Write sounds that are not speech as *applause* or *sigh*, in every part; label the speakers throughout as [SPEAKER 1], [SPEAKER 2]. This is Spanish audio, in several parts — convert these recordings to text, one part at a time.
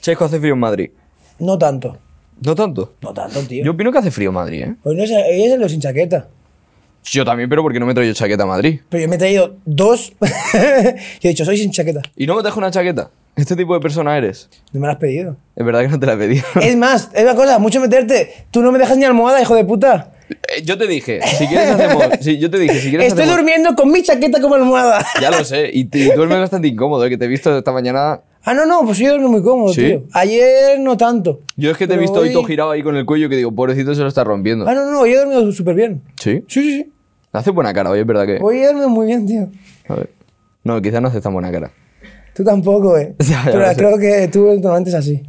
[SPEAKER 1] Checo, hace frío en Madrid.
[SPEAKER 2] No tanto.
[SPEAKER 1] No tanto.
[SPEAKER 2] No tanto, tío.
[SPEAKER 1] Yo opino que hace frío en Madrid, ¿eh?
[SPEAKER 2] Hoy no es, hoy es en los sin chaqueta.
[SPEAKER 1] Yo también, pero porque no me he traído chaqueta a Madrid.
[SPEAKER 2] Pero yo me he traído dos *laughs* y he dicho, soy sin chaqueta.
[SPEAKER 1] Y no me trajo una chaqueta. Este tipo de persona eres.
[SPEAKER 2] No me la has
[SPEAKER 1] *laughs*
[SPEAKER 2] pedido.
[SPEAKER 1] Es verdad que no te la pedí.
[SPEAKER 2] es más, es una cosa, mucho meterte. Tú no me dejas ni almohada, hijo de puta.
[SPEAKER 1] *laughs* Eh, Yo te dije, si *laughs* quieres hacemos. Sí, yo te dije, si quieres
[SPEAKER 2] Estoy
[SPEAKER 1] hacemos-
[SPEAKER 2] durmiendo con mi chaqueta
[SPEAKER 1] *laughs*
[SPEAKER 2] como almohada.
[SPEAKER 1] Ya lo sé, y, te- y duermes bastante incómodo, eh, que te he visto esta mañana.
[SPEAKER 2] Ah, no, no, pues yo duermo muy cómodo,
[SPEAKER 1] ¿Sí?
[SPEAKER 2] tío. Ayer no tanto.
[SPEAKER 1] Yo es que te he
[SPEAKER 2] Pero
[SPEAKER 1] visto hoy todo
[SPEAKER 2] hoy-
[SPEAKER 1] girado ahí con el cuello que digo, pobrecito se lo está rompiendo.
[SPEAKER 2] Ah, no, no, yo he dormido súper bien.
[SPEAKER 1] ¿Sí?
[SPEAKER 2] Sí, sí, sí.
[SPEAKER 1] Hace buena cara, oye, es verdad que.
[SPEAKER 2] Hoy he dormido muy bien, tío.
[SPEAKER 1] A ver. No, quizás no hace tan buena *laughs* cara.
[SPEAKER 2] Tú tampoco, eh.
[SPEAKER 1] *laughs* Ya, ya
[SPEAKER 2] Pero
[SPEAKER 1] lo sé.
[SPEAKER 2] creo que tú normalmente es así.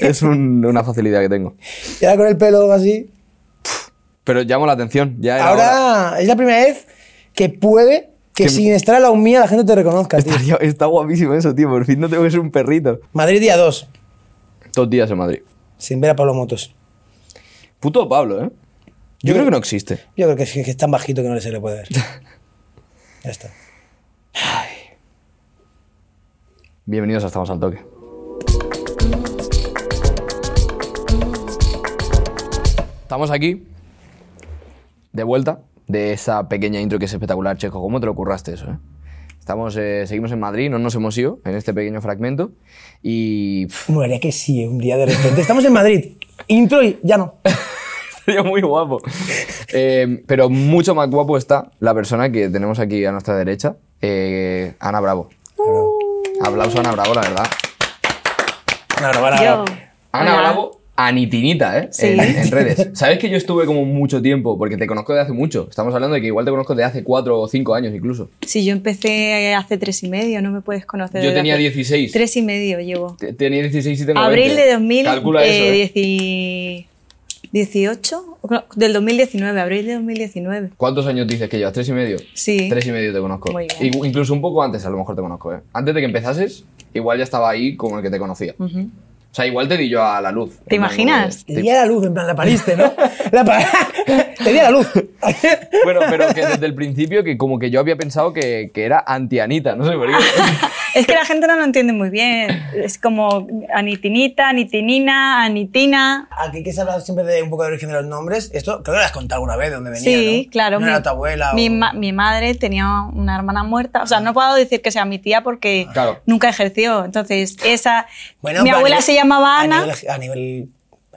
[SPEAKER 1] es un- una facilidad que tengo.
[SPEAKER 2] Y ahora con el pelo así.
[SPEAKER 1] Pero llamo la atención. Ya era hora.
[SPEAKER 2] Ahora es la primera vez que puede que
[SPEAKER 1] Que-
[SPEAKER 2] sin estar a la humilla la gente te reconozca, tío.
[SPEAKER 1] Estaría- está guapísimo eso, tío. Por fin no tengo que ser un perrito.
[SPEAKER 2] Madrid día 2,
[SPEAKER 1] Dos días en Madrid.
[SPEAKER 2] sin ver a Pablo Motos.
[SPEAKER 1] Puto Pablo, ¿eh? Yo creo que no existe.
[SPEAKER 2] Yo creo que es, que es tan bajito que no se le puede ver.
[SPEAKER 1] *laughs*
[SPEAKER 2] ya está.
[SPEAKER 1] Bienvenidos a Estamos al Toque. Estamos aquí, de vuelta, de esa pequeña intro que es espectacular, Checo. ¿Cómo te lo curraste eso, eh? Estamos, eh, seguimos en Madrid, no nos hemos ido en este pequeño fragmento y pff,
[SPEAKER 2] Molaría que sí, un día de repente. Estamos en Madrid. Intro y ya no.
[SPEAKER 1] Sería muy guapo. Eh, pero mucho más guapo está la persona que tenemos aquí a nuestra derecha, eh, Ana Bravo.
[SPEAKER 3] Uh.
[SPEAKER 1] Aplauso a Ana Bravo, la verdad.
[SPEAKER 2] No, no, no,
[SPEAKER 3] Yo.
[SPEAKER 2] no.
[SPEAKER 1] Ana
[SPEAKER 3] Hola.
[SPEAKER 1] Bravo, Anitinita, ¿eh?
[SPEAKER 3] Sí.
[SPEAKER 1] En, en redes. ¿Sabes que yo estuve como mucho tiempo? Porque te conozco de hace mucho. Estamos hablando de que igual te conozco de hace cuatro o cinco años incluso.
[SPEAKER 3] Si yo empecé hace tres y medio, no me puedes conocer.
[SPEAKER 1] Yo
[SPEAKER 3] desde
[SPEAKER 1] tenía
[SPEAKER 3] hace-
[SPEAKER 1] 16.
[SPEAKER 3] Tres y medio llevo.
[SPEAKER 1] Te- Tenía 16 y tengo
[SPEAKER 3] Abril
[SPEAKER 1] 20.
[SPEAKER 3] de 2000,
[SPEAKER 1] Calcula eso,
[SPEAKER 3] eh,
[SPEAKER 1] ¿eh?
[SPEAKER 3] dieci- 18, no, del 2019, abril de 2019.
[SPEAKER 1] ¿Cuántos años dices que llevas? ¿Tres y medio?
[SPEAKER 3] Sí.
[SPEAKER 1] Tres y medio te conozco.
[SPEAKER 3] Muy bien.
[SPEAKER 1] Igu- incluso un poco antes a lo mejor te conozco, ¿eh? Antes de que empezases, igual ya estaba ahí como el que te conocía. O sea, igual te di yo a la luz.
[SPEAKER 3] ¿Te imaginas?
[SPEAKER 2] Te di a la luz, en plan, la
[SPEAKER 1] *laughs*
[SPEAKER 2] pariste, ¿no? La pa- *laughs* Te di a la luz.
[SPEAKER 1] Bueno, pero que desde el principio que como que yo había pensado que, que era anti-Anita, no sé por qué.
[SPEAKER 3] Es que la gente no lo entiende muy bien. Es como anitinita, anitinina, anitina.
[SPEAKER 2] Aquí que se habla siempre de un poco de origen de los nombres. Esto creo que lo has contado alguna vez de dónde venía,
[SPEAKER 3] Sí,
[SPEAKER 2] ¿no?
[SPEAKER 3] claro.
[SPEAKER 2] No era tu abuela
[SPEAKER 3] mi,
[SPEAKER 2] o-
[SPEAKER 3] ma- mi madre tenía una hermana muerta. O sea, no puedo decir que sea mi tía porque
[SPEAKER 1] Claro.
[SPEAKER 3] nunca ejerció. Entonces, esa.
[SPEAKER 2] Bueno,
[SPEAKER 3] mi
[SPEAKER 2] a
[SPEAKER 3] abuela
[SPEAKER 2] nivel-
[SPEAKER 3] se llamaba
[SPEAKER 2] a
[SPEAKER 3] Ana.
[SPEAKER 2] nivel- a nivel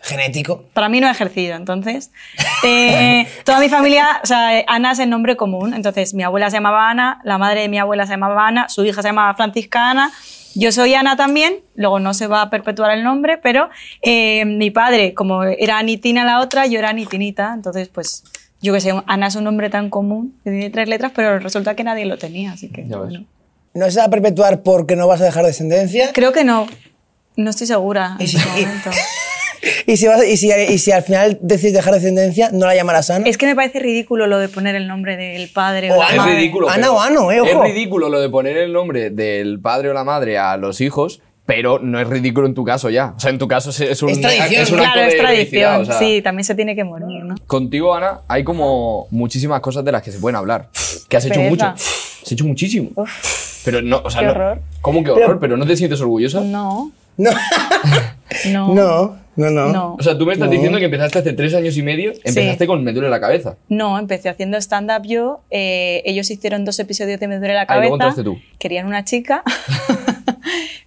[SPEAKER 2] genético.
[SPEAKER 3] Para mí no he ejercido, entonces.
[SPEAKER 1] *laughs*
[SPEAKER 3] Eh, toda mi familia, o sea, eh, Ana es el nombre común. Entonces, mi abuela se llamaba Ana, la madre de mi abuela se llamaba Ana, su hija se llamaba Francisca Ana. Yo soy Ana también, luego no se va a perpetuar el nombre, pero eh, mi padre, como era Anitina la otra, yo era Anitinita. Entonces, pues, yo qué sé, Ana es un nombre tan común, que tiene tres letras, pero resulta que nadie lo tenía, así que.
[SPEAKER 1] Ya ves.
[SPEAKER 3] bueno.
[SPEAKER 2] No se va a perpetuar porque no vas a dejar descendencia.
[SPEAKER 3] Creo que no. No estoy segura en
[SPEAKER 2] Y
[SPEAKER 3] este
[SPEAKER 2] si-
[SPEAKER 1] *laughs*
[SPEAKER 2] y-
[SPEAKER 3] momento.
[SPEAKER 2] Y si, vas- y, si, y si al final decides dejar descendencia, no la llamarás Ana.
[SPEAKER 3] Es que me parece ridículo lo de poner el nombre del padre o,
[SPEAKER 2] O Ana.
[SPEAKER 3] la
[SPEAKER 1] Oh, *laughs* Es
[SPEAKER 3] madre.
[SPEAKER 1] ridículo.
[SPEAKER 2] Ana
[SPEAKER 1] pero-
[SPEAKER 2] o Ano, eh, ojo.
[SPEAKER 1] Es ridículo lo de poner el nombre del padre o la madre a los hijos, pero no es ridículo en tu caso ya. O sea, en tu caso es- es un,
[SPEAKER 2] Es tradición.
[SPEAKER 1] es un acto
[SPEAKER 3] claro,
[SPEAKER 1] de
[SPEAKER 3] es
[SPEAKER 1] heroicidad,
[SPEAKER 3] tradición.
[SPEAKER 1] o sea,
[SPEAKER 3] sí, también se tiene que morir, ¿no?
[SPEAKER 1] Contigo, Ana, hay como muchísimas cosas de las que se pueden hablar. Que has hecho mucho.
[SPEAKER 3] Ah. pereza.
[SPEAKER 1] Has hecho muchísimo. Pero no, o sea,
[SPEAKER 3] Qué
[SPEAKER 1] no-
[SPEAKER 3] horror.
[SPEAKER 1] ¿Cómo que horror? Pero, no te sientes orgullosa.
[SPEAKER 3] No,
[SPEAKER 2] No.
[SPEAKER 3] no, no,
[SPEAKER 2] no, *laughs* no, no.
[SPEAKER 3] no.
[SPEAKER 1] O sea, tú me estás diciendo que empezaste hace tres años y medio, empezaste con Me duele la cabeza.
[SPEAKER 3] empecé haciendo stand-up yo. eh, ellos hicieron dos episodios de Me duele la
[SPEAKER 1] Ah, y
[SPEAKER 3] cabeza.
[SPEAKER 1] luego entraste tú.
[SPEAKER 3] Querían una chica. *laughs*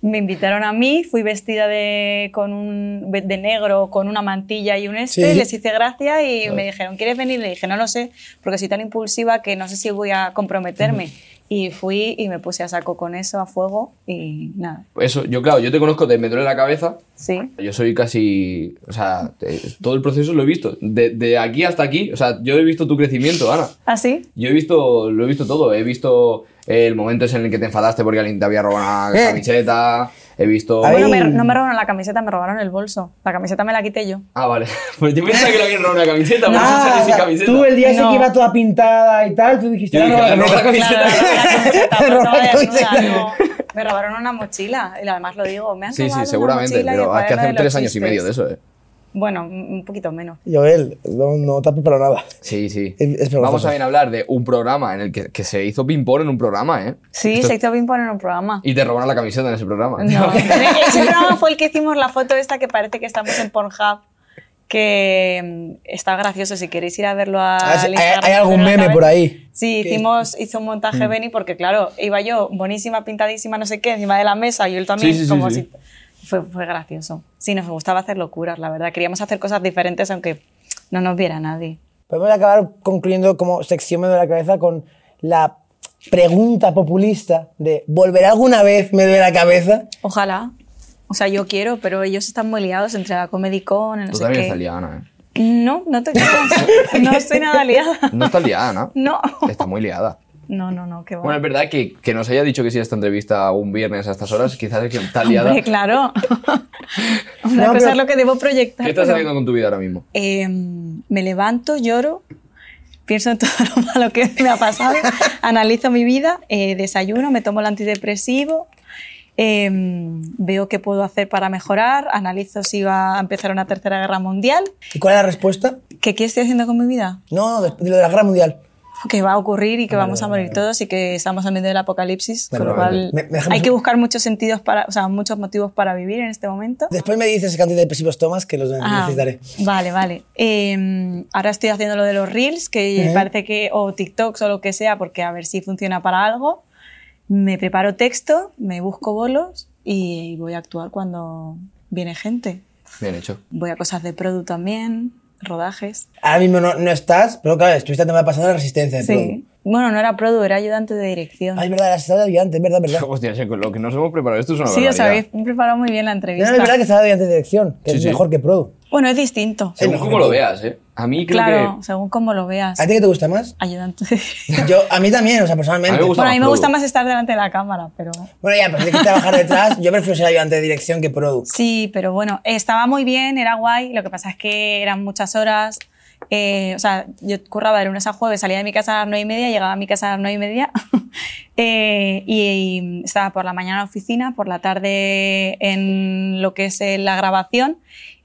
[SPEAKER 3] Me invitaron a mí, fui vestida de, con un, de negro, con una mantilla y un este.
[SPEAKER 2] Sí.
[SPEAKER 3] Les hice gracia y me dijeron, ¿quieres venir? Le dije, no lo sé, porque soy tan impulsiva que no sé si voy a comprometerme. Y fui y me puse a saco con eso, a fuego y nada.
[SPEAKER 1] Eso, yo, claro, yo te conozco de Me duele la cabeza.
[SPEAKER 3] Sí.
[SPEAKER 1] Yo soy casi. O sea, te- todo el proceso lo he visto. De, de aquí hasta aquí. O sea, yo he visto tu crecimiento, Ana.
[SPEAKER 3] ¿Así?
[SPEAKER 1] Yo he visto, lo he visto todo. He visto eh, el momento ese en el que te enfadaste porque alguien te había robado una
[SPEAKER 2] Eh.
[SPEAKER 1] camiseta. He visto.
[SPEAKER 2] Ahí.
[SPEAKER 3] Bueno, me- no me robaron la camiseta, me robaron el bolso. La camiseta me la quité yo.
[SPEAKER 1] Ah, vale. *laughs* Pues yo pensaba que le habían robado una camiseta. Por eso salí sin camiseta.
[SPEAKER 2] Ah, tú el día ese
[SPEAKER 3] No.
[SPEAKER 2] que iba toda pintada y tal, tú dijiste...
[SPEAKER 1] Yo
[SPEAKER 2] "Ah, no,
[SPEAKER 1] dije, "Me
[SPEAKER 2] vale, no".
[SPEAKER 1] roba la camiseta.
[SPEAKER 3] Claro,
[SPEAKER 1] *laughs*
[SPEAKER 3] me robaron
[SPEAKER 2] Robar
[SPEAKER 3] la camiseta, por eso vaya
[SPEAKER 2] camiseta.
[SPEAKER 3] desnuda, no. Me robaron una mochila, y además lo digo, me han
[SPEAKER 1] Sí,
[SPEAKER 3] robado
[SPEAKER 1] sí,
[SPEAKER 3] una
[SPEAKER 1] seguramente.
[SPEAKER 3] mochila y el
[SPEAKER 1] Pero es que
[SPEAKER 3] cuaderno de
[SPEAKER 1] hace
[SPEAKER 3] los
[SPEAKER 1] tres años y
[SPEAKER 3] chistes.
[SPEAKER 1] medio de eso, ¿eh?
[SPEAKER 3] Bueno, un un poquito menos.
[SPEAKER 2] Joel, no, no te has preparado nada.
[SPEAKER 1] Sí, sí.
[SPEAKER 3] Eh,
[SPEAKER 2] Es- es vergonzoso.
[SPEAKER 1] Vamos a bien hablar de un programa en el que, que se hizo ping-pong en un programa, ¿eh?
[SPEAKER 3] Sí,
[SPEAKER 1] Esto-
[SPEAKER 3] se hizo ping-pong en un programa.
[SPEAKER 1] Y te robaron la camiseta en ese programa. *laughs*
[SPEAKER 3] No, *laughs*
[SPEAKER 2] *laughs*
[SPEAKER 3] ese programa fue el que hicimos la foto esta que parece que estamos en Pornhub, que mm, está gracioso. Si queréis ir a verlo a
[SPEAKER 2] Ah, sí, hay- hay algún meme por ahí. Mm.
[SPEAKER 3] Sí, hicimos, hizo un montaje Benny porque, claro, iba yo buenísima, pintadísima, no sé qué, encima de la mesa y él también.
[SPEAKER 1] Sí, sí, sí,
[SPEAKER 3] como
[SPEAKER 1] sí.
[SPEAKER 3] si- fue, fue gracioso. Sí, nos gustaba hacer locuras, la verdad. Queríamos hacer cosas diferentes aunque no nos viera nadie.
[SPEAKER 2] Podemos acabar concluyendo como sección me duele la cabeza con la pregunta populista de ¿volverá alguna vez me duele la cabeza?
[SPEAKER 3] Ojalá. O sea, yo quiero, pero ellos están muy liados entre la Comedy Con, el no
[SPEAKER 1] Tú
[SPEAKER 3] sé
[SPEAKER 1] también
[SPEAKER 3] qué.
[SPEAKER 1] estás liada, Ana, ¿eh?
[SPEAKER 3] No, no
[SPEAKER 1] *laughs*
[SPEAKER 3] te creas. No estoy nada liada.
[SPEAKER 1] No estás liada, Ana.
[SPEAKER 3] *laughs* No.
[SPEAKER 1] Está muy liada.
[SPEAKER 3] No, no, no, qué va.
[SPEAKER 1] Bueno, es verdad que, que nos haya dicho que sí a esta entrevista un viernes a estas horas, quizás es que está liada.
[SPEAKER 3] *laughs* Hombre,
[SPEAKER 1] *laughs*
[SPEAKER 3] claro. Una
[SPEAKER 2] No,
[SPEAKER 3] cosa
[SPEAKER 2] pero-
[SPEAKER 3] es lo que debo proyectar.
[SPEAKER 1] ¿Qué estás
[SPEAKER 3] pero-
[SPEAKER 1] haciendo con tu vida ahora mismo?
[SPEAKER 3] Eh, me levanto, lloro, pienso en *laughs* todo lo malo que me ha pasado, analizo mi vida, eh, desayuno, me tomo el antidepresivo, eh, veo qué puedo hacer para mejorar, analizo si va a empezar una tercera guerra mundial.
[SPEAKER 2] ¿Y cuál es la respuesta?
[SPEAKER 3] ¿Qué, qué estoy haciendo con mi vida?
[SPEAKER 2] No, de, de lo de la guerra mundial.
[SPEAKER 3] que va a ocurrir y que vamos a morir todos y que estamos en medio del apocalipsis, con lo cual
[SPEAKER 2] Me- me dejas-
[SPEAKER 3] hay que buscar muchos sentidos para, o sea, muchos motivos para vivir en este momento.
[SPEAKER 2] Después me dices qué antidepresivos tomas que los
[SPEAKER 3] Ah,
[SPEAKER 2] necesitaré.
[SPEAKER 3] Vale, vale. Eh, ahora estoy haciendo lo de los reels, que
[SPEAKER 2] Ujú.
[SPEAKER 3] parece que, o TikToks o lo que sea, porque a ver si funciona para algo. Me preparo texto, me busco bolos y voy a actuar cuando viene gente.
[SPEAKER 1] Bien hecho.
[SPEAKER 3] Voy a cosas de produ también, rodajes.
[SPEAKER 2] Ahora mismo no, no estás, pero claro, estuviste la semana pasada en la resistencia. de Produ.
[SPEAKER 3] Sí. Bueno, no era produ, era ayudante de dirección.
[SPEAKER 2] Ah, es verdad, la estaba de ayudante, es verdad, es verdad.
[SPEAKER 1] *laughs* Hostia, che, con lo que nos hemos preparado esto es una
[SPEAKER 3] Sí, os
[SPEAKER 1] barbaridad.
[SPEAKER 3] habéis preparado muy bien la
[SPEAKER 2] No,
[SPEAKER 3] entrevista.
[SPEAKER 2] no, es verdad que estaba de ayudante de dirección, que
[SPEAKER 1] Sí,
[SPEAKER 2] es
[SPEAKER 1] sí.
[SPEAKER 2] mejor que Pro.
[SPEAKER 3] Bueno, es distinto.
[SPEAKER 1] Según
[SPEAKER 2] Es mejor
[SPEAKER 1] cómo
[SPEAKER 2] que
[SPEAKER 1] lo
[SPEAKER 2] tú.
[SPEAKER 1] veas, ¿eh? A mí creo
[SPEAKER 3] claro,
[SPEAKER 1] que...
[SPEAKER 3] según como lo veas.
[SPEAKER 2] ¿A ti qué te gusta
[SPEAKER 3] *laughs*
[SPEAKER 2] más?
[SPEAKER 3] Ayudante de dirección.
[SPEAKER 2] Yo, a mí también, o sea, personalmente.
[SPEAKER 1] A mí me gusta
[SPEAKER 3] Bueno, a mí me
[SPEAKER 1] produ.
[SPEAKER 3] gusta más estar delante de la cámara, pero...
[SPEAKER 2] Bueno, ya, pero si hay que trabajar detrás, yo prefiero ser ayudante de dirección que Pro.
[SPEAKER 3] Sí, pero bueno, estaba muy bien, era guay, lo que pasa es que eran muchas horas. eh, o sea, yo curraba de lunes a jueves, salía de mi casa a las nueve y media, llegaba a mi casa a las nueve y media *laughs* eh, y, y estaba por la mañana en la oficina, por la tarde en lo que es eh, la grabación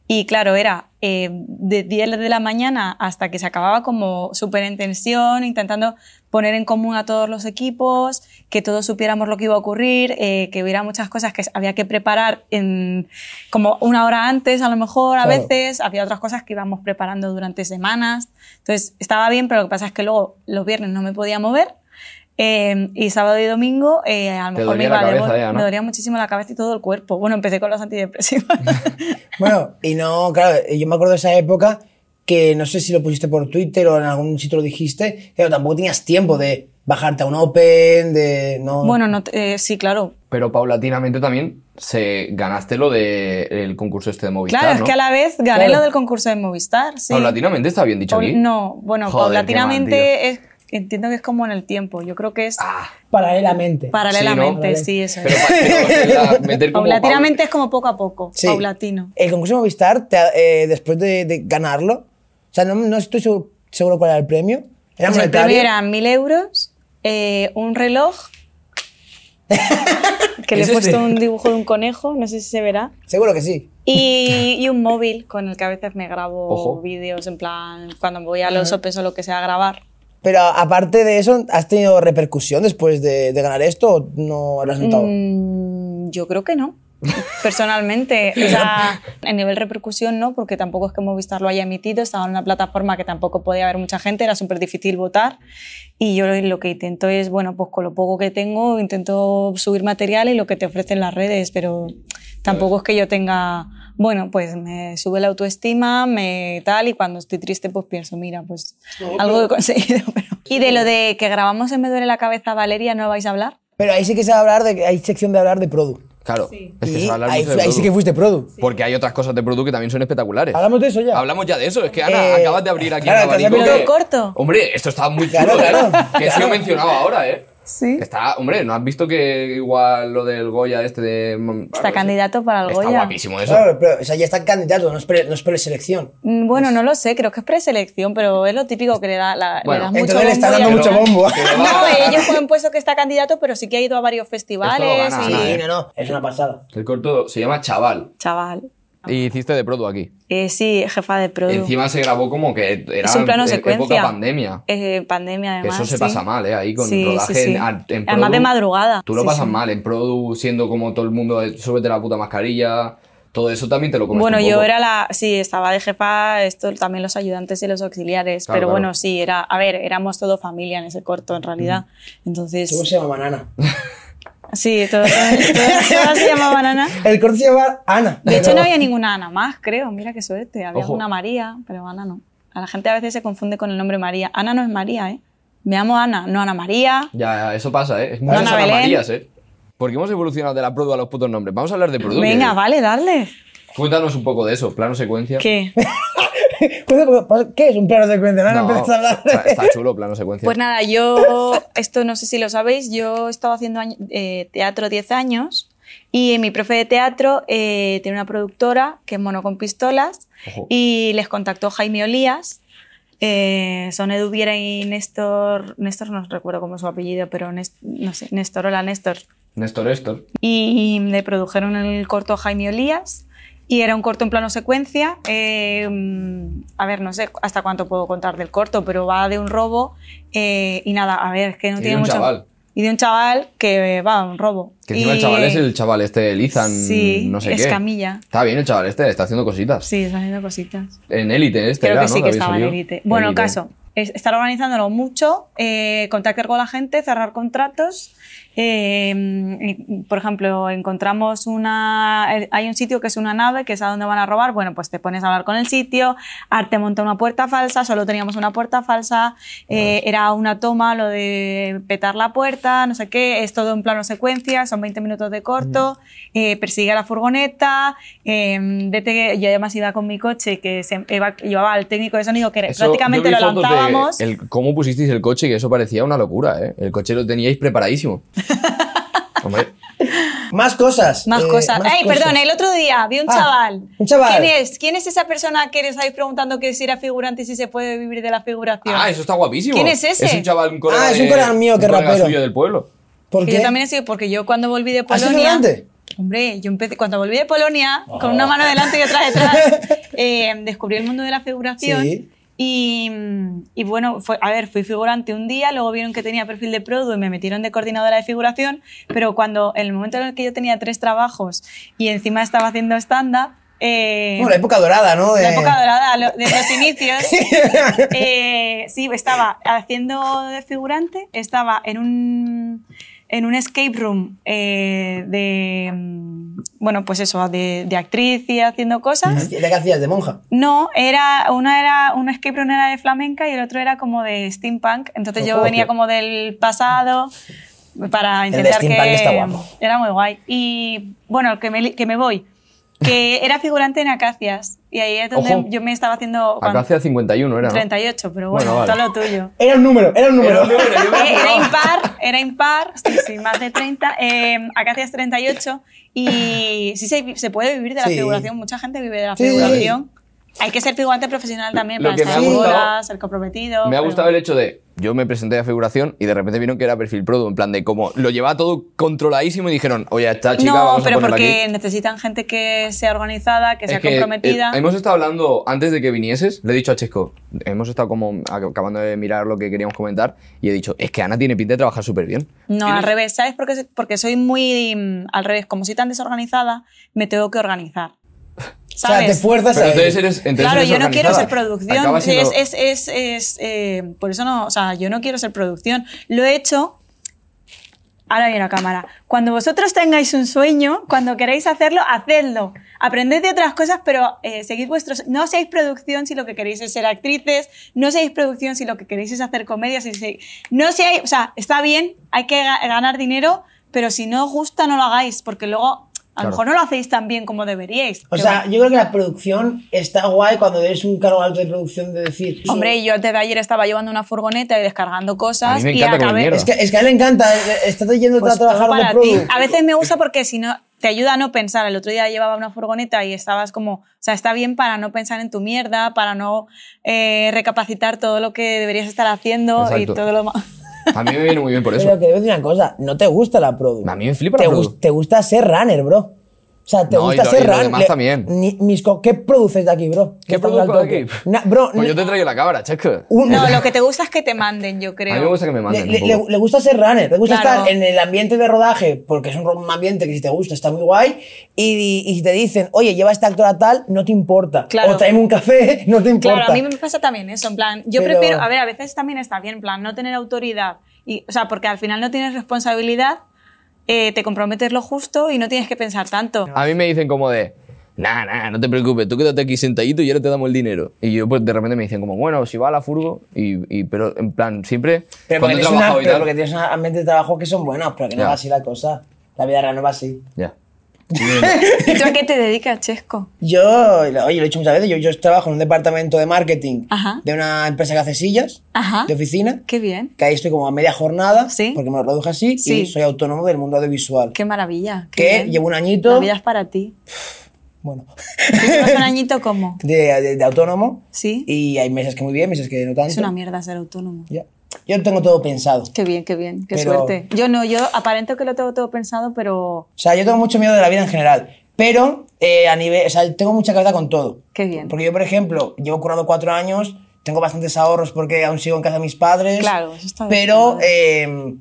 [SPEAKER 3] y claro, era eh, de 10 de la mañana hasta que se acababa como súper en tensión, intentando poner en común a todos los equipos, que todos supiéramos lo que iba a ocurrir, eh, que hubiera muchas cosas que había que preparar en, como una hora antes a lo mejor a
[SPEAKER 2] Claro.
[SPEAKER 3] veces, había otras cosas que íbamos preparando durante semanas. Entonces estaba bien, pero lo que pasa es que luego los viernes no me podía mover. eh, y sábado y domingo eh, a lo
[SPEAKER 1] Te
[SPEAKER 3] mejor me
[SPEAKER 1] dolía la
[SPEAKER 3] iba de
[SPEAKER 1] cabeza
[SPEAKER 3] bol-
[SPEAKER 1] ya, ¿no?
[SPEAKER 3] me dolía muchísimo la cabeza y todo el cuerpo. Bueno, empecé con
[SPEAKER 1] *laughs*
[SPEAKER 3] los antidepresivos.
[SPEAKER 2] Bueno, y no, claro, yo me acuerdo de esa época que no sé si lo pusiste por Twitter o en algún sitio lo dijiste, pero tampoco tenías tiempo de bajarte a un Open, de. No,
[SPEAKER 3] Bueno, no te- eh, sí, claro.
[SPEAKER 1] Pero paulatinamente también se ganaste lo del concurso este de Movistar,
[SPEAKER 3] Claro, es
[SPEAKER 1] ¿no?
[SPEAKER 3] que a la vez gané
[SPEAKER 2] Claro.
[SPEAKER 3] lo del concurso de Movistar. Sí.
[SPEAKER 1] Paulatinamente está bien dicho
[SPEAKER 3] Paul-
[SPEAKER 1] aquí.
[SPEAKER 3] No, bueno,
[SPEAKER 1] Joder, qué
[SPEAKER 3] paulatinamente es, entiendo que es como en el tiempo. Yo creo que es
[SPEAKER 1] Ah,
[SPEAKER 2] paralelamente.
[SPEAKER 3] paralelamente,
[SPEAKER 2] Sí,
[SPEAKER 3] sí, eso es.
[SPEAKER 1] pero, pa- pero,
[SPEAKER 3] *laughs*
[SPEAKER 1] o sea, meter como
[SPEAKER 3] Paulatinamente es como poco a poco,
[SPEAKER 2] Sí.
[SPEAKER 3] paulatino.
[SPEAKER 2] El concurso Movistar, te- eh, después de, de ganarlo, o sea, no, no estoy segu- seguro cuál era el premio. Era
[SPEAKER 3] Entonces, Pues el
[SPEAKER 2] monetario.
[SPEAKER 3] premio eran mil euros, eh,
[SPEAKER 2] *laughs*
[SPEAKER 3] un reloj, que le he
[SPEAKER 1] ¿Es
[SPEAKER 3] puesto
[SPEAKER 1] este?
[SPEAKER 3] un dibujo de un conejo, no sé si se verá,
[SPEAKER 2] Seguro que sí.
[SPEAKER 3] y, y un móvil con el que a veces me grabo
[SPEAKER 1] Ojo.
[SPEAKER 3] vídeos, en plan, cuando voy a los Opens o lo que sea a grabar.
[SPEAKER 2] Pero a- aparte de eso, ¿has tenido repercusión después de, de ganar esto o no lo has notado?
[SPEAKER 3] Mm, yo creo que no. Personalmente, o sea, en nivel repercusión no, porque tampoco es que Movistar lo haya emitido, estaba en una plataforma que tampoco podía haber mucha gente, era súper difícil votar y yo lo- lo que intento es, bueno, pues con lo poco que tengo, intento subir material y lo que te ofrecen las redes, pero tampoco es que yo tenga, bueno, pues me sube la autoestima, me tal y cuando estoy triste pues pienso, mira, pues algo he conseguido. *laughs* pero- Y de lo de que grabamos en Me duele la cabeza, Valeria, ¿no vais a hablar?
[SPEAKER 2] Pero ahí sí que se va a hablar de que hay sección de hablar de Produ.
[SPEAKER 1] Claro, es que
[SPEAKER 2] Y
[SPEAKER 1] se va a hablar
[SPEAKER 2] ahí,
[SPEAKER 1] mucho de
[SPEAKER 2] ahí sí
[SPEAKER 1] Produ.
[SPEAKER 2] que fuiste Produ.
[SPEAKER 1] Porque hay otras cosas de producto que también son espectaculares.
[SPEAKER 2] Hablamos de eso ya.
[SPEAKER 1] Hablamos ya de eso, es que Ana,
[SPEAKER 2] Eh,
[SPEAKER 1] acabas de abrir aquí
[SPEAKER 2] claro,
[SPEAKER 1] un
[SPEAKER 2] te has
[SPEAKER 1] abanico
[SPEAKER 3] abierto
[SPEAKER 1] que-
[SPEAKER 3] corto.
[SPEAKER 1] Hombre, esto está muy
[SPEAKER 2] Claro,
[SPEAKER 1] chulo,
[SPEAKER 2] claro,
[SPEAKER 1] ¿eh? Que sí lo mencionaba ahora, ¿eh?
[SPEAKER 3] Sí.
[SPEAKER 1] Que Está, hombre, ¿no has visto que igual lo del Goya este de...
[SPEAKER 3] Está candidato para el
[SPEAKER 1] Está
[SPEAKER 3] Goya.
[SPEAKER 1] guapísimo eso.
[SPEAKER 2] Claro, pero o sea, ya está candidato, no es, pre- no es preselección.
[SPEAKER 3] Mm, Bueno, no lo sé, creo que es preselección, pero es lo típico que le da la, le
[SPEAKER 1] Bueno,
[SPEAKER 3] das mucho
[SPEAKER 2] Entonces le está
[SPEAKER 3] bombo y
[SPEAKER 2] dando
[SPEAKER 3] al
[SPEAKER 2] mucho
[SPEAKER 3] final-
[SPEAKER 2] bombo.
[SPEAKER 1] Que le va- *laughs*
[SPEAKER 3] No, ellos han puesto que está candidato, pero sí que ha ido a varios
[SPEAKER 1] gana
[SPEAKER 3] festivales.
[SPEAKER 1] Ana,
[SPEAKER 3] y-
[SPEAKER 1] ¿eh?
[SPEAKER 2] Sí, no, no, es una pasada.
[SPEAKER 1] El corto se llama Chaval.
[SPEAKER 3] Chaval.
[SPEAKER 1] Y hiciste de produ aquí.
[SPEAKER 3] Eh, sí, jefa de producto.
[SPEAKER 1] Encima se grabó como que era
[SPEAKER 3] es un plano
[SPEAKER 1] e-
[SPEAKER 3] secuencia.
[SPEAKER 1] época pandemia.
[SPEAKER 3] Eh, pandemia,
[SPEAKER 1] Que
[SPEAKER 3] además.
[SPEAKER 1] eso se
[SPEAKER 3] sí.
[SPEAKER 1] pasa mal, ¿eh? Ahí con
[SPEAKER 3] Sí,
[SPEAKER 1] rodaje
[SPEAKER 3] sí, sí.
[SPEAKER 1] en, ar- en
[SPEAKER 3] Además
[SPEAKER 1] produ,
[SPEAKER 3] de madrugada.
[SPEAKER 1] Tú lo
[SPEAKER 3] Sí,
[SPEAKER 1] pasas
[SPEAKER 3] sí.
[SPEAKER 1] mal en produ, siendo como todo el mundo, de, súbete la puta mascarilla. Todo eso también te lo comes
[SPEAKER 3] Bueno,
[SPEAKER 1] un
[SPEAKER 3] yo
[SPEAKER 1] este poco.
[SPEAKER 3] era la. Sí, estaba de jefa, esto también los ayudantes y los auxiliares.
[SPEAKER 1] Claro,
[SPEAKER 3] pero
[SPEAKER 1] claro.
[SPEAKER 3] bueno, sí, era. A ver, éramos todo familia en ese corto, en realidad.
[SPEAKER 2] Mm. ¿Cómo
[SPEAKER 3] Entonces.
[SPEAKER 2] se llama Nana?
[SPEAKER 3] Sí, todo, todas- todas se llamaban Ana.
[SPEAKER 2] El corte se llama Ana.
[SPEAKER 3] De hecho, no había ninguna Ana más, creo. Mira qué suerte. Había
[SPEAKER 1] Ojo.
[SPEAKER 3] una María, pero Ana no. A la gente a veces se confunde con el nombre María. Ana no es María, ¿eh? Me llamo Ana, no Ana María.
[SPEAKER 1] Ya, eso pasa, ¿eh? Es muchas
[SPEAKER 3] Ana
[SPEAKER 1] Ana
[SPEAKER 3] Belén.
[SPEAKER 1] Marías, ¿eh? Porque hemos evolucionado de la produ a los putos nombres. Vamos a hablar de produ.
[SPEAKER 3] Venga,
[SPEAKER 1] que-
[SPEAKER 3] vale, dale.
[SPEAKER 1] Cuéntanos un poco de eso, plano secuencia.
[SPEAKER 3] ¿Qué?
[SPEAKER 2] pues, ¿Qué es un plano de cuenta? Nana,
[SPEAKER 1] No,
[SPEAKER 2] empiezas a hablar.
[SPEAKER 1] está, está chulo, plano secuencia.
[SPEAKER 3] Pues nada, yo, esto no sé si lo sabéis, yo estaba haciendo año- eh, teatro 10 años y mi profe de teatro eh, tiene una productora que es Mono con Pistolas
[SPEAKER 1] Ojo.
[SPEAKER 3] y les contactó Jaime Olías. eh, son Edu Viera y Néstor, Néstor no recuerdo cómo es su apellido, pero Nés- no sé, Néstor, hola Néstor.
[SPEAKER 1] Néstor Estor.
[SPEAKER 3] Y le produjeron el corto Jaime Olías y era un corto en plano secuencia. eh, mm, a ver, no sé hasta cuánto puedo contar del corto, pero va de un robo eh, y nada, a ver, es que no
[SPEAKER 1] Y de
[SPEAKER 3] tiene
[SPEAKER 1] un
[SPEAKER 3] mucho...
[SPEAKER 1] chaval.
[SPEAKER 3] Y de un chaval que eh, va, un robo.
[SPEAKER 1] Que encima
[SPEAKER 3] Y,
[SPEAKER 1] el chaval es
[SPEAKER 3] eh,
[SPEAKER 1] el chaval este, Lizan,
[SPEAKER 3] sí,
[SPEAKER 1] no sé qué.
[SPEAKER 3] Escamilla.
[SPEAKER 1] Está bien el chaval este, está haciendo cositas.
[SPEAKER 3] Sí, está haciendo cositas.
[SPEAKER 1] En élite este
[SPEAKER 3] Creo
[SPEAKER 1] era,
[SPEAKER 3] que
[SPEAKER 1] ¿no?
[SPEAKER 3] sí que
[SPEAKER 1] había
[SPEAKER 3] estaba en
[SPEAKER 1] salido.
[SPEAKER 3] élite. Bueno, el
[SPEAKER 1] Élite.
[SPEAKER 3] caso, es estar organizándolo mucho, eh, contactar con la gente, cerrar contratos. eh, y, por ejemplo, encontramos una. eh, Hay un sitio que es una nave, que es a donde van a robar. Bueno, pues te pones a hablar con el sitio. Arte monta una puerta falsa, solo teníamos una puerta falsa. eh, era una toma, lo de petar la puerta, no sé qué. Es todo en plano secuencia, son 20 minutos de corto. eh, persigue a la furgoneta. eh, vete que- yo además iba con mi coche, que se, iba- llevaba al técnico de sonido, que era-
[SPEAKER 1] Eso,
[SPEAKER 3] prácticamente
[SPEAKER 1] yo
[SPEAKER 3] lo
[SPEAKER 1] vi fotos de
[SPEAKER 3] lanzábamos.
[SPEAKER 1] el- cómo pusisteis el coche, que eso parecía una locura, ¿eh? El coche lo teníais
[SPEAKER 3] *laughs*
[SPEAKER 1] preparadísimo. Hombre,
[SPEAKER 2] Más cosas.
[SPEAKER 3] Más
[SPEAKER 2] eh,
[SPEAKER 3] cosas.
[SPEAKER 2] más
[SPEAKER 3] Ey,
[SPEAKER 2] cosas.
[SPEAKER 3] perdón, el otro día vi un
[SPEAKER 2] Ah,
[SPEAKER 3] chaval.
[SPEAKER 2] un chaval.
[SPEAKER 3] ¿Quién es? ¿Quién es esa persona que le estáis preguntando que si era figurante y si se puede vivir de la figuración?
[SPEAKER 1] ah, eso está guapísimo.
[SPEAKER 3] ¿Quién es ese?
[SPEAKER 1] Es un chaval, un colega
[SPEAKER 2] Ah, es un
[SPEAKER 1] de-
[SPEAKER 2] colega mío,
[SPEAKER 1] un
[SPEAKER 2] que
[SPEAKER 1] colega
[SPEAKER 2] rapero.
[SPEAKER 1] suyo del pueblo.
[SPEAKER 2] ¿Por
[SPEAKER 3] Que
[SPEAKER 2] qué?
[SPEAKER 3] yo también he sido, porque yo cuando volví de
[SPEAKER 2] ¿Has sido
[SPEAKER 3] Polonia.
[SPEAKER 2] delante?
[SPEAKER 3] Hombre, yo empecé, cuando volví de Polonia, con una mano delante y otra detrás, eh, descubrí el mundo de la figuración.
[SPEAKER 2] Sí.
[SPEAKER 3] Y, y bueno, fue- a ver, fui figurante un día, luego vieron que tenía perfil de produ y me metieron de coordinadora de figuración, pero cuando, en el momento en el que yo tenía tres trabajos y encima estaba haciendo stand-up, eh,
[SPEAKER 2] Bueno, la época dorada, ¿no? Eh,
[SPEAKER 3] la
[SPEAKER 2] De-
[SPEAKER 3] época dorada lo- de los inicios. Eh, sí, estaba haciendo de figurante, estaba en un, en un escape room eh, de, mm, bueno, pues eso, de, de actriz y haciendo cosas.
[SPEAKER 2] ¿De qué hacías? ¿De monja?
[SPEAKER 3] No, era una era un escape room era de flamenca y el otro era como de steampunk. Entonces yo
[SPEAKER 2] Ojo,
[SPEAKER 3] venía
[SPEAKER 2] tío.
[SPEAKER 3] como del pasado para
[SPEAKER 2] El de
[SPEAKER 3] intentar
[SPEAKER 2] steampunk
[SPEAKER 3] que
[SPEAKER 2] está guapo.
[SPEAKER 3] era muy guay. Y bueno, que me, li- que me voy, que era figurante en Acacias y ahí es donde
[SPEAKER 1] Ojo.
[SPEAKER 3] yo me estaba haciendo cuando-
[SPEAKER 1] Acá hacía 51, era. ¿no?
[SPEAKER 3] 38, pero bueno,
[SPEAKER 1] Bueno, vale.
[SPEAKER 3] todo lo tuyo.
[SPEAKER 2] Era un número, era un número.
[SPEAKER 1] Yo me
[SPEAKER 3] Eh, era
[SPEAKER 1] acordaba.
[SPEAKER 3] impar, era impar, sí, sí, más de 30. Eh, acá hacías 38 y sí se, se puede vivir de la
[SPEAKER 2] Sí.
[SPEAKER 3] figuración, mucha gente vive de la
[SPEAKER 2] Sí.
[SPEAKER 3] figuración. Hay que ser figurante profesional también
[SPEAKER 1] Lo
[SPEAKER 3] para
[SPEAKER 1] que me
[SPEAKER 3] estar
[SPEAKER 2] ha
[SPEAKER 3] en
[SPEAKER 1] gustado-
[SPEAKER 3] bodas, ser comprometido.
[SPEAKER 1] Me ha
[SPEAKER 3] pero-
[SPEAKER 1] gustado el hecho de. Yo me presenté a figuración y de repente vieron que era perfil produ, en plan de como lo llevaba todo controladísimo y dijeron, oye, a esta chica,
[SPEAKER 3] No,
[SPEAKER 1] vamos
[SPEAKER 3] pero
[SPEAKER 1] a ponerla
[SPEAKER 3] porque
[SPEAKER 1] aquí.
[SPEAKER 3] necesitan gente que sea organizada, que sea
[SPEAKER 1] Es que,
[SPEAKER 3] comprometida.
[SPEAKER 1] eh, hemos estado hablando antes de que vinieses, le he dicho a Chesco, hemos estado como acabando de mirar lo que queríamos comentar y he dicho, es que Ana tiene pinta de trabajar súper bien.
[SPEAKER 3] No, al revés, ¿sabes? Porque, porque soy muy. mm, Al revés, como soy tan desorganizada, me tengo que organizar.
[SPEAKER 2] O sea,
[SPEAKER 3] ¿Sabes?
[SPEAKER 2] te fuerzas
[SPEAKER 1] Pero
[SPEAKER 2] a
[SPEAKER 1] entonces
[SPEAKER 2] ello.
[SPEAKER 1] eres. entonces
[SPEAKER 3] Claro,
[SPEAKER 1] eres
[SPEAKER 3] yo no quiero ser
[SPEAKER 1] organizada.
[SPEAKER 3] producción.
[SPEAKER 1] Acaba
[SPEAKER 3] Es,
[SPEAKER 1] siendo-
[SPEAKER 3] es, es, es, eh, por eso no, o sea, yo no quiero ser producción. Lo he hecho. Ahora viene la cámara. Cuando vosotros tengáis un sueño, cuando queréis hacerlo, hacedlo. Aprended de otras cosas, pero eh, seguid vuestros. No seáis producción si lo que queréis es ser actrices. No seáis producción si lo que queréis es hacer comedias. Si se- no seáis. O sea, está bien, hay que ga- ganar dinero, pero si no os gusta, no lo hagáis, porque luego a
[SPEAKER 1] Claro.
[SPEAKER 3] lo mejor no lo hacéis tan bien como deberíais.
[SPEAKER 2] O
[SPEAKER 3] Pero
[SPEAKER 2] sea, yo creo que la producción está guay cuando eres un cargo alto de producción de decir.
[SPEAKER 3] Hombre, yo antes de ayer estaba llevando una furgoneta y descargando cosas
[SPEAKER 1] A mí me
[SPEAKER 3] y
[SPEAKER 1] encanta comer
[SPEAKER 3] acabé.
[SPEAKER 1] mierda.
[SPEAKER 2] Es que, es que a él le encanta, eh, está yendo
[SPEAKER 3] Pues
[SPEAKER 2] a trabajar
[SPEAKER 3] todo
[SPEAKER 2] de
[SPEAKER 3] para ti.
[SPEAKER 2] produ.
[SPEAKER 3] A veces me gusta porque si no te ayuda a no pensar. El otro día llevaba una furgoneta y estabas como, o sea, está bien para no pensar en tu mierda, para no eh, recapacitar todo lo que deberías estar haciendo
[SPEAKER 1] Exacto.
[SPEAKER 3] y todo lo más.
[SPEAKER 1] A mí me viene muy bien por eso.
[SPEAKER 2] Pero que debo decir una cosa, no te gusta la produ.
[SPEAKER 1] A mí me flipa la
[SPEAKER 2] te
[SPEAKER 1] produ.
[SPEAKER 2] gus- te gusta ser runner, bro. O sea, te
[SPEAKER 1] No,
[SPEAKER 2] gusta
[SPEAKER 1] y lo-
[SPEAKER 2] ser
[SPEAKER 1] y lo
[SPEAKER 2] ran-
[SPEAKER 1] demás
[SPEAKER 2] le-
[SPEAKER 1] también.
[SPEAKER 2] ni- mis co- ¿Qué produces de aquí, bro?
[SPEAKER 1] ¿Qué
[SPEAKER 2] Estamos
[SPEAKER 1] produzco
[SPEAKER 2] al
[SPEAKER 1] de
[SPEAKER 2] tope.
[SPEAKER 1] aquí?
[SPEAKER 2] Na- bro,
[SPEAKER 1] Pues yo
[SPEAKER 2] ni-
[SPEAKER 1] te he traído la cabra, checo.
[SPEAKER 2] un-
[SPEAKER 3] No, lo que te gusta es que te manden, yo Uh, creo.
[SPEAKER 1] A mí me gusta que me
[SPEAKER 2] le,
[SPEAKER 1] manden.
[SPEAKER 2] le-
[SPEAKER 1] un poco.
[SPEAKER 2] le- le gusta ser runner, le gusta
[SPEAKER 3] Claro.
[SPEAKER 2] estar en el ambiente de rodaje, porque es un ro- un ambiente que si te gusta está muy guay, y, y si te dicen, oye, lleva este actor a tal, no te importa.
[SPEAKER 3] Claro.
[SPEAKER 2] O tráeme un café, *laughs* no te importa.
[SPEAKER 3] Claro, a mí me pasa también eso, en plan, yo
[SPEAKER 2] Pero-
[SPEAKER 3] prefiero, a ver, a veces también está bien, en plan, no tener autoridad, y, o sea, porque al final no tienes responsabilidad, eh, te comprometes lo justo y no tienes que pensar tanto.
[SPEAKER 1] A mí me dicen como de, nah, nah, no te preocupes, tú quédate aquí sentadito y ahora te damos el dinero. Y yo pues de repente me dicen como, bueno, si va a la furgo, y, y- pero en plan, siempre
[SPEAKER 2] Pero porque,
[SPEAKER 1] cuando he
[SPEAKER 2] tienes una,
[SPEAKER 1] trabajado y
[SPEAKER 2] pero
[SPEAKER 1] tal-
[SPEAKER 2] porque tienes un ambiente de trabajo que son buenos, pero que no
[SPEAKER 1] Ya.
[SPEAKER 2] va así la cosa. La vida real no va así.
[SPEAKER 1] Ya.
[SPEAKER 3] *laughs* ¿Y tú a qué te dedicas, Chesco?
[SPEAKER 2] Yo, oye, lo he dicho muchas veces, yo, yo trabajo en un departamento de marketing
[SPEAKER 3] Ajá.
[SPEAKER 2] de una empresa que hace sillas
[SPEAKER 3] Ajá.
[SPEAKER 2] de oficina,
[SPEAKER 3] Qué bien,
[SPEAKER 2] que ahí estoy como a media jornada,
[SPEAKER 3] Sí.
[SPEAKER 2] porque me lo reduje así, y
[SPEAKER 3] Sí.
[SPEAKER 2] soy autónomo del mundo audiovisual.
[SPEAKER 3] qué maravilla.
[SPEAKER 2] Que
[SPEAKER 3] bien.
[SPEAKER 2] llevo un añito-
[SPEAKER 3] La vida es para ti.
[SPEAKER 2] Bueno,
[SPEAKER 3] ¿Tú llevas un
[SPEAKER 2] *laughs*
[SPEAKER 3] añito como?
[SPEAKER 2] de, de- de autónomo,
[SPEAKER 3] Sí.
[SPEAKER 2] y hay meses que muy bien, meses que no tanto.
[SPEAKER 3] Es una mierda ser autónomo.
[SPEAKER 2] Ya. Yo tengo todo pensado.
[SPEAKER 3] Qué bien, qué bien, qué
[SPEAKER 2] Pero-
[SPEAKER 3] suerte. Yo no, yo aparento que lo tengo todo pensado, pero
[SPEAKER 2] O sea, yo tengo mucho miedo de la vida en general, pero eh, a nivel, o sea, tengo mucha cabeza con todo.
[SPEAKER 3] qué bien.
[SPEAKER 2] Porque yo, por ejemplo, llevo currando cuatro años, tengo bastantes ahorros porque aún sigo en casa de mis padres.
[SPEAKER 3] Claro, eso está bien.
[SPEAKER 2] Pero eh,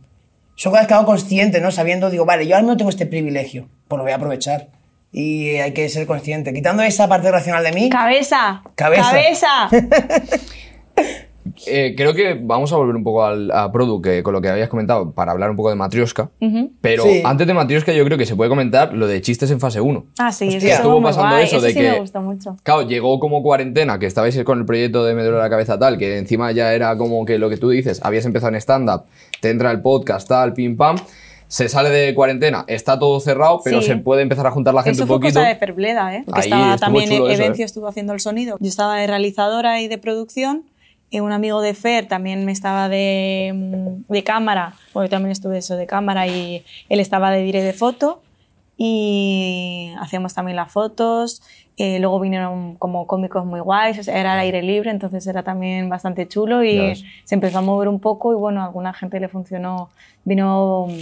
[SPEAKER 2] son cosas que hago consciente, ¿no? Sabiendo, digo, vale, yo al menos tengo este privilegio, pues lo voy a aprovechar. Y eh, hay que ser consciente. Quitando esa parte racional de mí,
[SPEAKER 3] Cabeza,
[SPEAKER 2] Cabeza. *laughs*
[SPEAKER 3] cabeza.
[SPEAKER 1] Eh, creo que vamos a volver un poco al, a Produ, que con lo que habías comentado, para hablar un poco de Matrioska. Pero
[SPEAKER 2] Sí.
[SPEAKER 1] antes de Matrioska yo creo que se puede comentar lo de chistes en fase 1.
[SPEAKER 3] Ah, sí, eso
[SPEAKER 2] Hostia.
[SPEAKER 3] estuvo
[SPEAKER 1] estuvo
[SPEAKER 3] muy
[SPEAKER 1] pasando
[SPEAKER 3] guay.
[SPEAKER 1] eso
[SPEAKER 3] Ese
[SPEAKER 1] de
[SPEAKER 3] sí
[SPEAKER 1] que
[SPEAKER 3] me gustó mucho.
[SPEAKER 1] Claro, llegó como cuarentena, que estabais con el proyecto de Me duele la cabeza tal, que encima ya era como que lo que tú dices, habías empezado en stand-up, te entra el podcast, tal, pim pam, se sale de cuarentena, está todo cerrado, pero
[SPEAKER 3] Sí.
[SPEAKER 1] se puede empezar a juntar la gente
[SPEAKER 3] Eso
[SPEAKER 1] un
[SPEAKER 3] fue
[SPEAKER 1] poquito.
[SPEAKER 3] cosa de Ferbleda, ¿eh? Porque
[SPEAKER 1] Ahí
[SPEAKER 3] estaba
[SPEAKER 1] estuvo
[SPEAKER 3] también
[SPEAKER 1] chulo eso,
[SPEAKER 3] Evencio
[SPEAKER 1] ¿eh?
[SPEAKER 3] estuvo haciendo el sonido. Yo estaba de realizadora y de producción. y un amigo de Fer también me estaba de, mm, de cámara. Bueno, yo también estuve eso de cámara y él estaba de dire de foto. Y hacíamos también las fotos. eh, luego vinieron como cómicos muy guays. o sea, era al aire libre, entonces era también bastante chulo
[SPEAKER 1] Ya
[SPEAKER 3] y
[SPEAKER 1] ves.
[SPEAKER 3] se empezó a mover un poco. Y bueno, a alguna gente le funcionó. Vino, mm,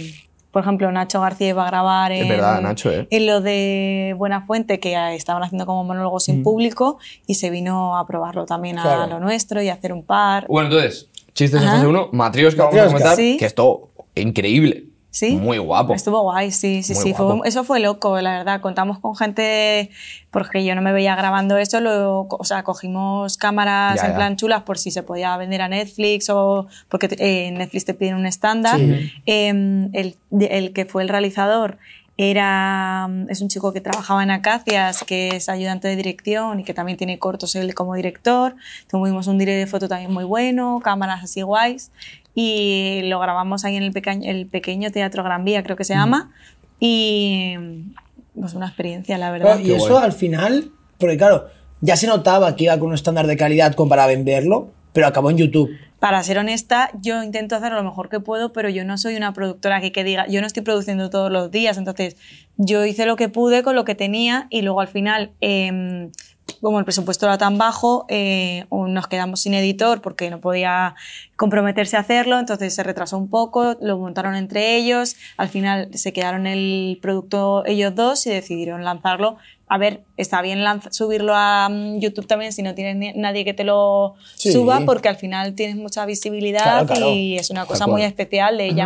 [SPEAKER 3] por ejemplo, Nacho García iba a grabar
[SPEAKER 1] Es
[SPEAKER 3] en-
[SPEAKER 1] verdad, Nacho, ¿eh?
[SPEAKER 3] en lo de Buenafuente, que ah, estaban haciendo como monólogos
[SPEAKER 1] Mm.
[SPEAKER 3] sin público, y se vino a probarlo también a
[SPEAKER 2] Claro.
[SPEAKER 3] lo nuestro y a hacer un par.
[SPEAKER 1] Bueno, entonces, chistes en
[SPEAKER 3] Ajá.
[SPEAKER 1] fase 1, Matrioska, vamos a
[SPEAKER 2] Matrioska.
[SPEAKER 1] comentar,
[SPEAKER 3] Sí.
[SPEAKER 1] que es todo increíble.
[SPEAKER 3] ¿Sí?
[SPEAKER 1] Muy guapo.
[SPEAKER 3] Estuvo guay, sí, sí,
[SPEAKER 1] Muy
[SPEAKER 3] sí. fue-
[SPEAKER 1] guapo.
[SPEAKER 3] eso fue loco, la verdad. Contamos con gente, porque yo no me veía grabando eso, lo, o sea, cogimos cámaras
[SPEAKER 1] Ya,
[SPEAKER 3] en
[SPEAKER 1] ya.
[SPEAKER 3] plan chulas por si se podía vender a Netflix o porque eh, en Netflix te piden un estándar. Em, el, de- el que fue el realizador era, mm, es un chico que trabajaba en Acacias, que es ayudante de dirección y que también tiene cortos él como director. Tuvimos un directo de foto también muy bueno, cámaras así guays. Y lo grabamos ahí en el, peca- el pequeño Teatro Gran Vía, creo que se llama. Y mm, pues una experiencia, la verdad.
[SPEAKER 2] Claro, Oh, y eso al final, porque claro, ya se notaba que iba con un estándar de calidad como para venderlo, pero acabó en YouTube.
[SPEAKER 3] Para ser honesta, yo intento hacer lo mejor que puedo, pero yo no soy una productora que, que diga, yo no estoy produciendo todos los días, entonces yo hice lo que pude con lo que tenía y luego al final, em, como el presupuesto era tan bajo, eh, o nos quedamos sin editor porque no podía comprometerse a hacerlo, entonces se retrasó un poco, lo montaron entre ellos, al final se quedaron el producto ellos dos y decidieron lanzarlo. A ver, está bien lanz- subirlo a mm, YouTube también si no tienes ni- nadie que te lo
[SPEAKER 2] Sí.
[SPEAKER 3] suba porque al final tienes mucha visibilidad
[SPEAKER 2] Claro, claro.
[SPEAKER 3] y es una cosa
[SPEAKER 1] cual.
[SPEAKER 3] muy especial de ella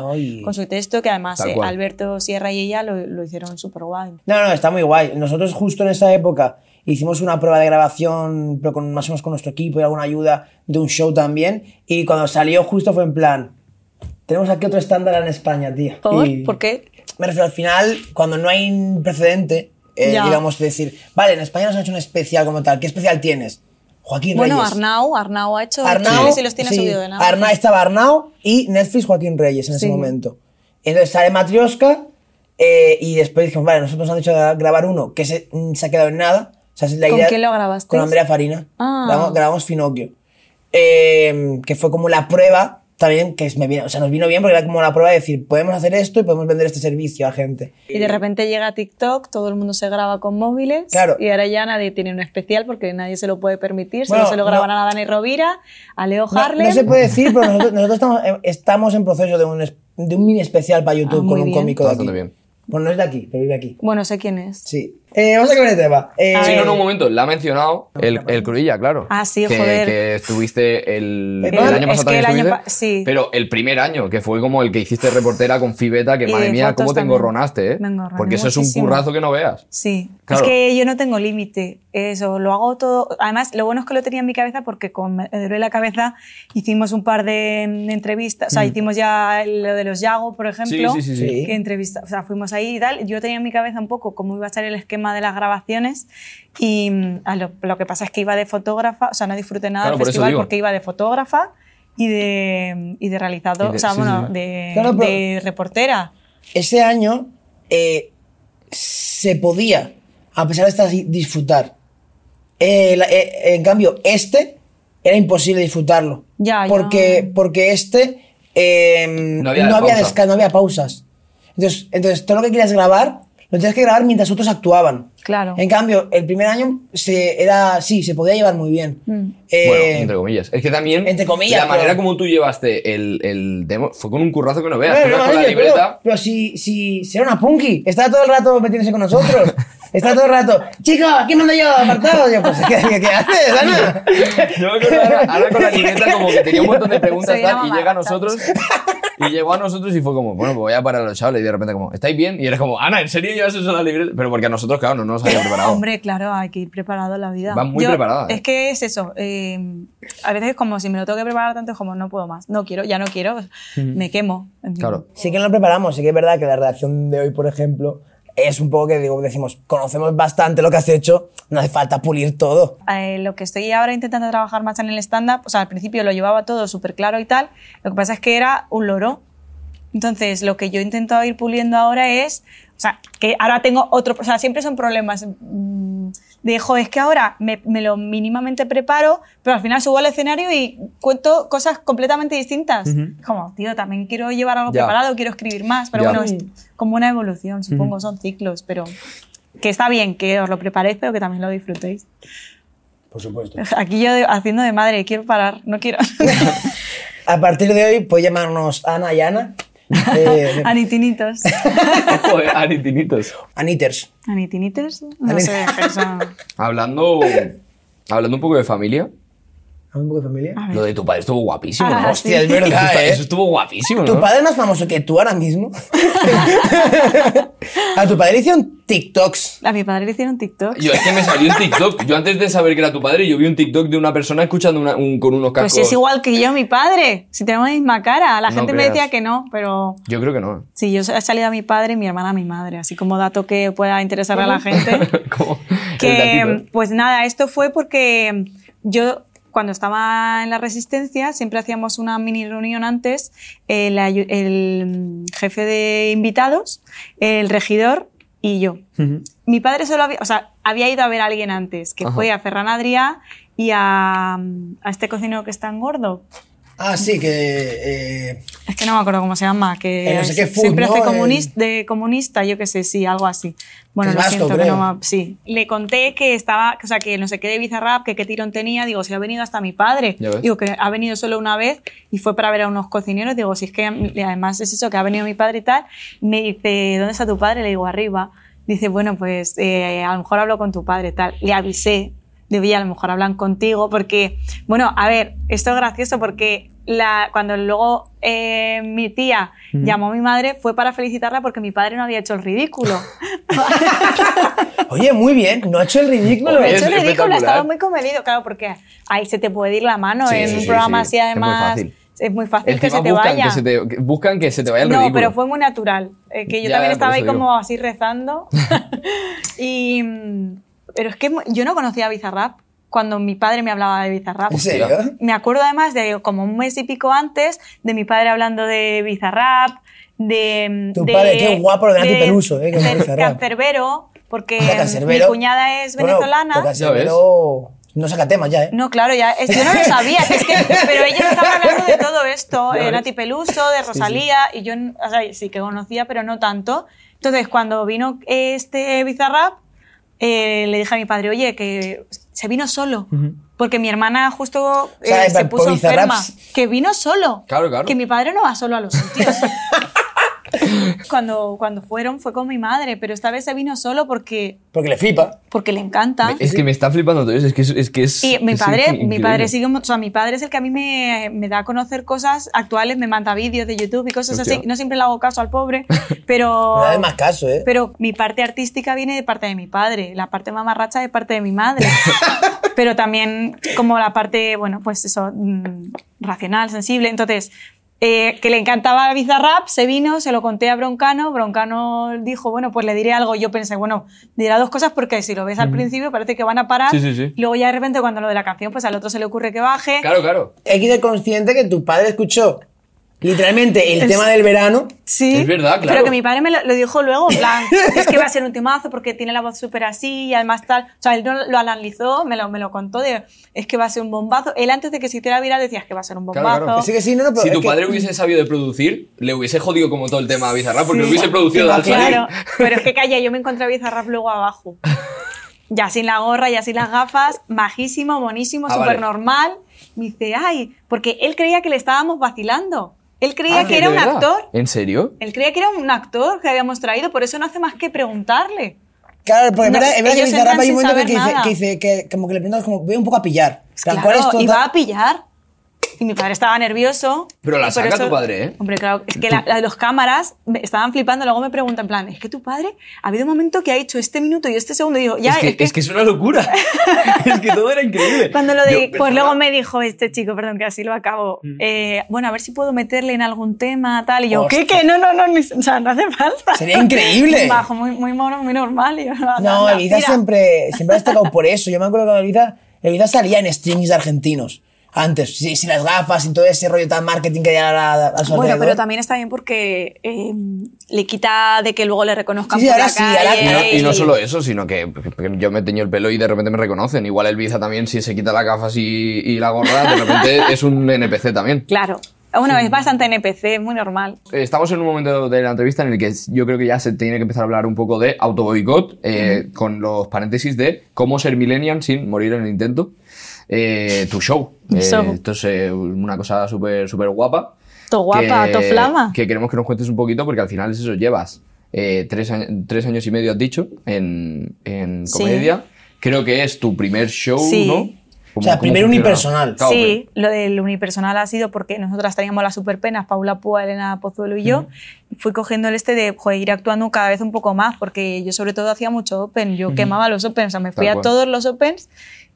[SPEAKER 2] *clears throat* No, y-
[SPEAKER 3] con su texto que además
[SPEAKER 1] Tal
[SPEAKER 3] eh,
[SPEAKER 1] cual.
[SPEAKER 3] Alberto Sierra y ella lo, lo hicieron súper guay.
[SPEAKER 2] No, no, está muy guay. Nosotros justo en esa época hicimos una prueba de grabación, pero con, más o menos con nuestro equipo y alguna ayuda de un show también. Y cuando salió justo fue en plan, tenemos aquí otro estándar en España, tío.
[SPEAKER 3] ¿Por?
[SPEAKER 2] Y-
[SPEAKER 3] ¿Por qué?
[SPEAKER 2] Me refiero al final, cuando no hay un precedente, eh,
[SPEAKER 3] Ya.
[SPEAKER 2] digamos, decir, vale, en España nos han hecho un especial como tal, ¿qué especial tienes? Joaquín
[SPEAKER 3] Bueno,
[SPEAKER 2] Reyes.
[SPEAKER 3] Arnau, Arnau ha hecho...
[SPEAKER 2] Arnau,
[SPEAKER 3] no sé si los tiene
[SPEAKER 2] sí,
[SPEAKER 3] subido de nada.
[SPEAKER 2] Arnau- estaba Arnau y Netflix Joaquín Reyes en ese
[SPEAKER 3] Sí.
[SPEAKER 2] momento. Entonces sale Matrioska eh, y después dijimos, vale, nosotros nos han dicho gra- grabar uno que se, mm, se ha quedado en nada. O sea, es la
[SPEAKER 3] ¿Con
[SPEAKER 2] idea-
[SPEAKER 3] quién lo grabaste?
[SPEAKER 2] Con Andrea Farina.
[SPEAKER 3] Ah.
[SPEAKER 2] Grabamos, grabamos Finocchio. Eh, que fue como la prueba también, que es- me vino- o sea, nos vino bien porque era como la prueba de decir, podemos hacer esto y podemos vender este servicio a gente.
[SPEAKER 3] Y de repente llega TikTok, todo el mundo se graba con móviles
[SPEAKER 2] Claro.
[SPEAKER 3] y ahora ya nadie tiene un especial porque nadie se lo puede permitir,
[SPEAKER 2] Bueno,
[SPEAKER 3] solo se lo graban
[SPEAKER 2] no.
[SPEAKER 3] a Dani Rovira, a Leo
[SPEAKER 2] No-
[SPEAKER 3] Harlem.
[SPEAKER 2] No, se puede decir, pero
[SPEAKER 3] *laughs*
[SPEAKER 2] nosotros, nosotros estamos, estamos en proceso de un, es- de un mini especial para YouTube con
[SPEAKER 3] Ah, muy
[SPEAKER 2] un
[SPEAKER 3] bien.
[SPEAKER 2] cómico de
[SPEAKER 1] Bastante
[SPEAKER 2] aquí.
[SPEAKER 1] bien.
[SPEAKER 2] Bueno, no es de aquí, pero vive aquí.
[SPEAKER 3] Bueno, sé quién es.
[SPEAKER 2] Sí. Eh, vamos a cambiar de tema. Eh,
[SPEAKER 1] Sí, no, no, un
[SPEAKER 3] Eh,
[SPEAKER 1] momento, la ha mencionado el, el Cruilla, claro.
[SPEAKER 3] Ah, sí,
[SPEAKER 1] que,
[SPEAKER 3] joder. Eh,
[SPEAKER 1] Que estuviste el,
[SPEAKER 2] El-
[SPEAKER 1] el año
[SPEAKER 3] es
[SPEAKER 1] pasado
[SPEAKER 3] que el
[SPEAKER 1] también
[SPEAKER 3] año
[SPEAKER 1] estuviste,
[SPEAKER 3] pa- sí.
[SPEAKER 1] pero el primer año, que fue como el que hiciste reportera con Fibeta, que
[SPEAKER 3] Y
[SPEAKER 1] madre
[SPEAKER 3] de
[SPEAKER 1] mía,
[SPEAKER 3] fotos
[SPEAKER 1] cómo te
[SPEAKER 3] también.
[SPEAKER 1] engorronaste, ¿eh?
[SPEAKER 3] Me engorroné
[SPEAKER 1] Porque eso es un
[SPEAKER 3] muchísimo.
[SPEAKER 1] currazo que no veas.
[SPEAKER 3] Sí,
[SPEAKER 1] Claro.
[SPEAKER 3] es que yo no tengo límite, eso, lo hago todo. Además, lo bueno es que lo tenía en mi cabeza porque con Me duele la cabeza hicimos un par de mm, entrevistas, o sea, hicimos ya lo de los Yago, por ejemplo.
[SPEAKER 1] sí, sí, sí.
[SPEAKER 2] Sí.
[SPEAKER 3] Que entrevista, o sea, fuimos ahí y tal. Yo tenía en mi cabeza un poco cómo iba a estar el esquema de las grabaciones y mm, a lo, lo que pasa es que iba de fotógrafa, o sea, no disfruté nada
[SPEAKER 1] Claro,
[SPEAKER 3] del
[SPEAKER 1] por eso
[SPEAKER 3] festival
[SPEAKER 1] digo.
[SPEAKER 3] porque iba de fotógrafa y de, y de realizador,
[SPEAKER 1] Y de-
[SPEAKER 3] o sea,
[SPEAKER 1] sí,
[SPEAKER 3] bueno,
[SPEAKER 1] sí.
[SPEAKER 3] De,
[SPEAKER 2] Claro, pero-
[SPEAKER 3] de reportera.
[SPEAKER 2] ese año eh, se podía, a pesar de estar así, disfrutar. Eh, la- eh, en cambio, este era imposible disfrutarlo.
[SPEAKER 3] Ya, ya.
[SPEAKER 2] porque, porque este eh,
[SPEAKER 1] No había pausa.
[SPEAKER 2] desca- no había pausas. Entonces, entonces, todo lo que querías grabar, lo tenías que grabar mientras otros actuaban.
[SPEAKER 3] Claro.
[SPEAKER 2] En cambio, el primer año se era sí, se podía llevar muy bien.
[SPEAKER 3] Mm.
[SPEAKER 2] Eh,
[SPEAKER 1] Bueno, entre comillas. Es que también.
[SPEAKER 2] entre comillas,
[SPEAKER 1] La manera
[SPEAKER 2] pero-
[SPEAKER 1] como tú llevaste el, el demo fue con un currazo que no veas.
[SPEAKER 2] Bueno,
[SPEAKER 1] Tú ibas
[SPEAKER 2] no,
[SPEAKER 1] con la
[SPEAKER 2] oye, pero-
[SPEAKER 1] libreta.
[SPEAKER 2] Pero, si, si, si era una punky, estaba todo el rato metiéndose
[SPEAKER 1] *laughs*
[SPEAKER 2] con nosotros. Estaba todo el rato, chicos, ¿quién mando yo? Apartado. Yo, pues, ¿qué, qué, qué haces,
[SPEAKER 1] *laughs*
[SPEAKER 2] Ana?
[SPEAKER 1] Yo me acuerdo ahora, ahora con la libreta como que tenía un montón de preguntas
[SPEAKER 3] Soy
[SPEAKER 1] tal,
[SPEAKER 3] una
[SPEAKER 1] y
[SPEAKER 3] mamá,
[SPEAKER 1] llega a nosotros y llegó a nosotros y fue como, bueno, pues voy a parar a los chavales y de repente como, ¿estáis bien? Y eres como, Ana, ¿en serio llevas eso en la libreta? Pero porque a nosotros, claro, no nos había preparado.
[SPEAKER 3] Hombre, claro, hay que ir preparado a la vida.
[SPEAKER 1] Van muy preparadas,
[SPEAKER 3] Es
[SPEAKER 1] ¿eh?
[SPEAKER 3] que es eso. eh, a veces es como si me lo tengo que preparar tanto, es como no puedo más. No quiero, ya no quiero, me quemo.
[SPEAKER 1] Claro.
[SPEAKER 2] Sí que nos preparamos, sí que es verdad que la redacción de hoy, por ejemplo, es un poco que digo, decimos, conocemos bastante lo que has hecho, no hace falta pulir todo.
[SPEAKER 3] Eh, lo que estoy ahora intentando trabajar más en el stand-up, o sea, al principio lo llevaba todo súper claro y tal, lo que pasa es que era un loro. Entonces, lo que yo intento ir puliendo ahora es, o sea, que ahora tengo otro, o sea, siempre son problemas. mm, De, "Jo, es que ahora me, me lo mínimamente preparo, pero al final subo al escenario y cuento cosas completamente distintas. Como, tío, también quiero llevar algo
[SPEAKER 1] Ya.
[SPEAKER 3] preparado, quiero escribir más, pero
[SPEAKER 1] Ya.
[SPEAKER 3] bueno, es como una evolución, supongo, son ciclos, pero que está bien que os lo preparéis, pero que también lo disfrutéis.
[SPEAKER 2] Por supuesto.
[SPEAKER 3] *laughs* Aquí yo de- haciendo de madre, quiero parar,
[SPEAKER 1] *laughs*
[SPEAKER 3] no quiero.
[SPEAKER 2] A partir de hoy, puedes llamarnos Ana
[SPEAKER 1] *laughs*
[SPEAKER 2] y Ana. Eh,
[SPEAKER 3] Anitinitos.
[SPEAKER 1] Joder, aritinitos.
[SPEAKER 2] Aniters.
[SPEAKER 3] Anitinitos. No sé, pero son-
[SPEAKER 1] Hablando, hablando un poco de familia,
[SPEAKER 2] ¿Habla un poco de familia?
[SPEAKER 3] A ver.
[SPEAKER 1] lo de tu padre estuvo guapísimo,
[SPEAKER 3] Ah,
[SPEAKER 1] ¿no?
[SPEAKER 3] sí.
[SPEAKER 2] Hostia, es
[SPEAKER 1] Eso
[SPEAKER 2] verdad,
[SPEAKER 1] está-
[SPEAKER 2] ¿eh?
[SPEAKER 1] Eso estuvo guapísimo,
[SPEAKER 2] ¿Tu
[SPEAKER 1] ¿no?
[SPEAKER 2] padre es más famoso que tú ahora mismo? *laughs* a tu padre le hicieron TikToks.
[SPEAKER 3] A mi padre le hicieron TikTok.
[SPEAKER 1] Yo es que me salió un TikTok. Yo antes de saber que era tu padre, yo vi un TikTok de una persona escuchando una- un- con unos
[SPEAKER 3] Pues
[SPEAKER 1] cascos.
[SPEAKER 3] si es igual que yo, mi padre. Si tenemos la misma cara. La
[SPEAKER 1] No
[SPEAKER 3] gente me
[SPEAKER 1] creas.
[SPEAKER 3] decía que no, pero
[SPEAKER 1] Yo creo que no. *laughs*
[SPEAKER 3] sí, yo he salido a mi padre y mi hermana a mi madre. Así como dato que pueda interesarle a
[SPEAKER 1] *laughs*
[SPEAKER 3] la gente.
[SPEAKER 1] Como
[SPEAKER 3] *laughs*
[SPEAKER 1] el
[SPEAKER 3] que
[SPEAKER 1] gatito.
[SPEAKER 3] pues nada, esto fue porque yo cuando estaba en la resistencia siempre hacíamos una mini reunión antes, el, ayu- el jefe de invitados, el regidor y yo. Mi padre solo había, o sea, había ido a ver a alguien antes, que
[SPEAKER 1] Ajá.
[SPEAKER 3] fue a Ferran Adrià y a, a este cocinero que es tan gordo.
[SPEAKER 2] Ah, sí, que. eh,
[SPEAKER 3] Es que no me acuerdo cómo se llama, que
[SPEAKER 2] El no sé qué eh. food,
[SPEAKER 3] siempre
[SPEAKER 2] ¿no?
[SPEAKER 3] hace
[SPEAKER 2] El-
[SPEAKER 3] comunis- de comunista, yo qué sé, sí, algo así. Bueno,
[SPEAKER 2] Es
[SPEAKER 3] lo
[SPEAKER 2] vasco,
[SPEAKER 3] siento, que
[SPEAKER 2] creo.
[SPEAKER 3] no me- sí. Le conté que estaba, o sea, que no sé qué de Bizarrap, que qué tirón tenía, digo, si ha venido hasta mi padre.
[SPEAKER 1] Ya ves.
[SPEAKER 3] Digo, que ha venido solo una vez y fue para ver a unos cocineros, digo, si es que mm, y además es eso, que ha venido mi padre y tal. Me dice, ¿dónde está tu padre? Le digo, arriba. Dice, bueno, pues eh, a lo mejor hablo con tu padre, tal. Le avisé, de Villa, a lo mejor hablan contigo, porque, bueno, a ver, esto es gracioso porque la, cuando luego eh, mi tía llamó a mi madre fue para felicitarla porque mi padre no había hecho
[SPEAKER 1] *laughs*
[SPEAKER 3] el ridículo.
[SPEAKER 2] Oye, muy bien, no ha hecho el ridículo.
[SPEAKER 1] Oye, *laughs*
[SPEAKER 3] De
[SPEAKER 1] es
[SPEAKER 3] hecho, el ridículo
[SPEAKER 1] espectacular.
[SPEAKER 3] estaba muy comedido, claro, porque ahí se te puede ir la mano
[SPEAKER 1] Sí,
[SPEAKER 3] en
[SPEAKER 1] sí,
[SPEAKER 3] un
[SPEAKER 1] sí,
[SPEAKER 3] programa
[SPEAKER 1] sí.
[SPEAKER 3] así,
[SPEAKER 1] Es muy
[SPEAKER 3] además.
[SPEAKER 1] fácil.
[SPEAKER 3] Es muy fácil que
[SPEAKER 1] Encima
[SPEAKER 3] se te
[SPEAKER 1] buscan
[SPEAKER 3] vaya.
[SPEAKER 1] Que se te, que buscan que se te vaya el
[SPEAKER 3] no,
[SPEAKER 1] ridículo.
[SPEAKER 3] pero fue muy natural. eh, que yo
[SPEAKER 1] Ya,
[SPEAKER 3] también
[SPEAKER 1] por
[SPEAKER 3] estaba
[SPEAKER 1] eso
[SPEAKER 3] ahí
[SPEAKER 1] digo.
[SPEAKER 3] como
[SPEAKER 1] *laughs*
[SPEAKER 3] así rezando. y, mm, pero es que mu- yo no conocía a Bizarrap cuando mi padre me hablaba de Bizarrap.
[SPEAKER 2] ¿En serio?
[SPEAKER 3] Me acuerdo además de como un mes y pico antes de mi padre hablando de Bizarrap, de... mm,
[SPEAKER 2] Tu
[SPEAKER 3] de-
[SPEAKER 2] padre, qué guapo, lo que hace Peluso, eh, con
[SPEAKER 3] de
[SPEAKER 2] Bizarrap.
[SPEAKER 3] Cancerbero, porque mm,
[SPEAKER 2] Ah,
[SPEAKER 3] mi
[SPEAKER 2] Cancerbero.
[SPEAKER 3] cuñada es
[SPEAKER 2] Bueno,
[SPEAKER 3] venezolana.
[SPEAKER 2] pero Cancerbero no saca temas ya, ¿eh?
[SPEAKER 3] No, claro, ya. es- yo no lo sabía.
[SPEAKER 1] *laughs*
[SPEAKER 3] es que- pero ellos estaban hablando de todo esto.
[SPEAKER 1] Ya
[SPEAKER 3] eh,
[SPEAKER 1] ves.
[SPEAKER 3] Nati Peluso, de Rosalía. Y yo n- o sea, sí que conocía, pero no tanto. Entonces, cuando vino este Bizarrap, eh, le dije a mi padre, oye, que se vino solo. Porque mi hermana justo eh,
[SPEAKER 2] sea,
[SPEAKER 3] se
[SPEAKER 2] por
[SPEAKER 3] puso
[SPEAKER 2] Bizarrap-
[SPEAKER 3] enferma. Que vino solo.
[SPEAKER 1] Claro, claro. *laughs*
[SPEAKER 3] Que mi padre no va solo a los sitios. Cuando, cuando fueron fue con mi madre, pero esta vez se vino solo porque,
[SPEAKER 2] Porque le flipa.
[SPEAKER 3] porque le encanta.
[SPEAKER 1] Es que me está flipando todo eso, es que es... es que es
[SPEAKER 3] Y mi
[SPEAKER 1] es
[SPEAKER 3] padre,
[SPEAKER 1] incre-
[SPEAKER 3] mi padre
[SPEAKER 1] increíble.
[SPEAKER 3] sigue, un- o sea, mi padre es el que a mí me, me da a conocer cosas actuales, me manda vídeos de YouTube y cosas así.
[SPEAKER 1] Hostia.
[SPEAKER 3] No siempre le hago caso
[SPEAKER 1] *laughs*
[SPEAKER 3] al pobre, pero
[SPEAKER 2] No le más caso, ¿eh?
[SPEAKER 3] pero mi parte artística viene de parte de mi padre, la parte mamarracha de parte de
[SPEAKER 1] *laughs*
[SPEAKER 3] mi madre. pero también como la parte, bueno, pues eso, mm, racional, sensible. Entonces, eh, que le encantaba Bizarrap, se vino, se lo conté a Broncano, Broncano dijo, bueno, pues le diré algo. Yo pensé, bueno, dirá dos cosas porque si lo ves al principio parece que van a parar.
[SPEAKER 1] Sí, sí, sí.
[SPEAKER 3] Y luego ya de repente cuando lo de la canción, pues al otro se le ocurre que baje.
[SPEAKER 1] Claro, claro.
[SPEAKER 2] Hay que ser consciente que tu padre escuchó literalmente el
[SPEAKER 3] Es-
[SPEAKER 2] tema del verano.
[SPEAKER 3] Sí.
[SPEAKER 1] Es verdad, claro.
[SPEAKER 3] Pero que mi padre me lo, lo dijo luego, en
[SPEAKER 1] *laughs*
[SPEAKER 3] plan, es que va a ser un temazo porque tiene la voz súper así y además tal. O sea, él no lo analizó, me lo, me lo contó, de, es que va a ser un bombazo. Él antes de que se hiciera viral decía, es que va a ser un bombazo.
[SPEAKER 1] Claro, claro.
[SPEAKER 2] Que sí, que sí, no, no, pero
[SPEAKER 1] Si
[SPEAKER 2] es
[SPEAKER 1] tu
[SPEAKER 2] que-
[SPEAKER 1] padre hubiese sabido de producir, le hubiese jodido como todo el tema a Bizarrap porque lo hubiese producido al salir.
[SPEAKER 3] Claro, pero es que calla, yo me encontré a Bizarrap luego abajo. Ya sin la gorra, ya sin las gafas, majísimo, monísimo,
[SPEAKER 1] Ah,
[SPEAKER 3] súper
[SPEAKER 1] vale.
[SPEAKER 3] normal. Me dice, ay, porque él creía que le estábamos vacilando. Él creía
[SPEAKER 1] Ah,
[SPEAKER 3] que era
[SPEAKER 1] ¿de
[SPEAKER 3] un
[SPEAKER 1] verdad?
[SPEAKER 3] actor.
[SPEAKER 1] ¿En serio?
[SPEAKER 3] Él creía que era un actor que habíamos traído, por eso no hace más que preguntarle.
[SPEAKER 2] Claro, porque es
[SPEAKER 3] No,
[SPEAKER 2] verdad, es verdad que
[SPEAKER 3] ellos
[SPEAKER 2] Bizarrap hay
[SPEAKER 3] entran
[SPEAKER 2] un
[SPEAKER 3] sin
[SPEAKER 2] momento que, que
[SPEAKER 3] saber
[SPEAKER 2] dice,
[SPEAKER 3] nada. Pues
[SPEAKER 2] que dice que como que le preguntas como voy un poco a pillar. O sea,
[SPEAKER 3] Claro,
[SPEAKER 2] ¿cuál es tu
[SPEAKER 3] y
[SPEAKER 2] ta-
[SPEAKER 3] va a pillar. Y mi padre estaba nervioso.
[SPEAKER 1] Pero la
[SPEAKER 3] y por
[SPEAKER 1] saca tu padre, ¿eh?
[SPEAKER 3] Hombre, claro, es que la, la de los cámaras me estaban flipando. Luego me preguntan, en plan, es que tu padre ha habido un momento que ha hecho este minuto y este segundo. Y digo, ya,
[SPEAKER 1] es, que,
[SPEAKER 3] es que-
[SPEAKER 1] es que es una
[SPEAKER 3] *laughs*
[SPEAKER 1] locura. es que todo era increíble.
[SPEAKER 3] cuando lo
[SPEAKER 1] Yo
[SPEAKER 3] de, pues
[SPEAKER 1] pensaba-
[SPEAKER 3] luego me dijo este chico, perdón, que así lo acabo.
[SPEAKER 2] Mm.
[SPEAKER 3] eh, bueno, a ver si puedo meterle en algún tema, tal. Y yo, ¿qué?
[SPEAKER 2] Hostia.
[SPEAKER 3] ¿Qué? No, no, no, ni- o sea, no hace falta.
[SPEAKER 2] Sería increíble.
[SPEAKER 3] Muy *laughs* bajo, muy, muy mono, muy normal. Y yo,
[SPEAKER 2] No,
[SPEAKER 3] anda,
[SPEAKER 2] Ibiza
[SPEAKER 3] mira.
[SPEAKER 2] siempre, siempre ha destacado por eso. Yo me acuerdo que Ibiza, Ibiza salía en streamings argentinos. Antes, sin, sin las gafas, sin todo ese rollo tan marketing que hay a, a su
[SPEAKER 3] Bueno,
[SPEAKER 2] alrededor.
[SPEAKER 3] pero también está bien porque eh, le quita de que luego le reconozcan
[SPEAKER 2] Sí, sí,
[SPEAKER 3] por la
[SPEAKER 2] ahora sí, ahora-
[SPEAKER 1] Y no,
[SPEAKER 3] calle.
[SPEAKER 1] y no solo eso, sino que que yo me teño el pelo y de repente me reconocen. Igual Elvisa también, si se quita las gafas y, y la gorra, de repente es un NPC también.
[SPEAKER 3] Claro. Bueno, es bastante NPC, es muy normal.
[SPEAKER 1] Eh, Estamos en un momento de la entrevista en el que yo creo que ya se tiene que empezar a hablar un poco de autoboicot, eh, con los paréntesis de cómo ser millennial sin morir en el intento. Eh, tu
[SPEAKER 3] *laughs*
[SPEAKER 1] show. Eh,
[SPEAKER 3] show.
[SPEAKER 1] Esto es eh, una cosa súper súper guapa.
[SPEAKER 3] To guapa,
[SPEAKER 1] que-
[SPEAKER 3] to flama.
[SPEAKER 1] Que queremos que nos cuentes un poquito porque al final es eso, llevas eh, tres, años, tres años y medio, has dicho, en, en
[SPEAKER 3] Sí.
[SPEAKER 1] comedia. Creo que es tu primer show,
[SPEAKER 3] Sí.
[SPEAKER 1] ¿no?
[SPEAKER 2] O sea, primer
[SPEAKER 1] funciona?
[SPEAKER 2] unipersonal.
[SPEAKER 1] Claro,
[SPEAKER 3] sí, lo del unipersonal ha sido porque nosotras teníamos las superpenas, Paula Púa, Elena Pozuelo y yo. Fui cogiendo el este de joder, ir actuando cada vez un poco más, porque yo sobre todo hacía mucho open, yo quemaba los opens, o sea, me fui
[SPEAKER 1] Tal
[SPEAKER 3] a
[SPEAKER 1] cual.
[SPEAKER 3] todos los opens,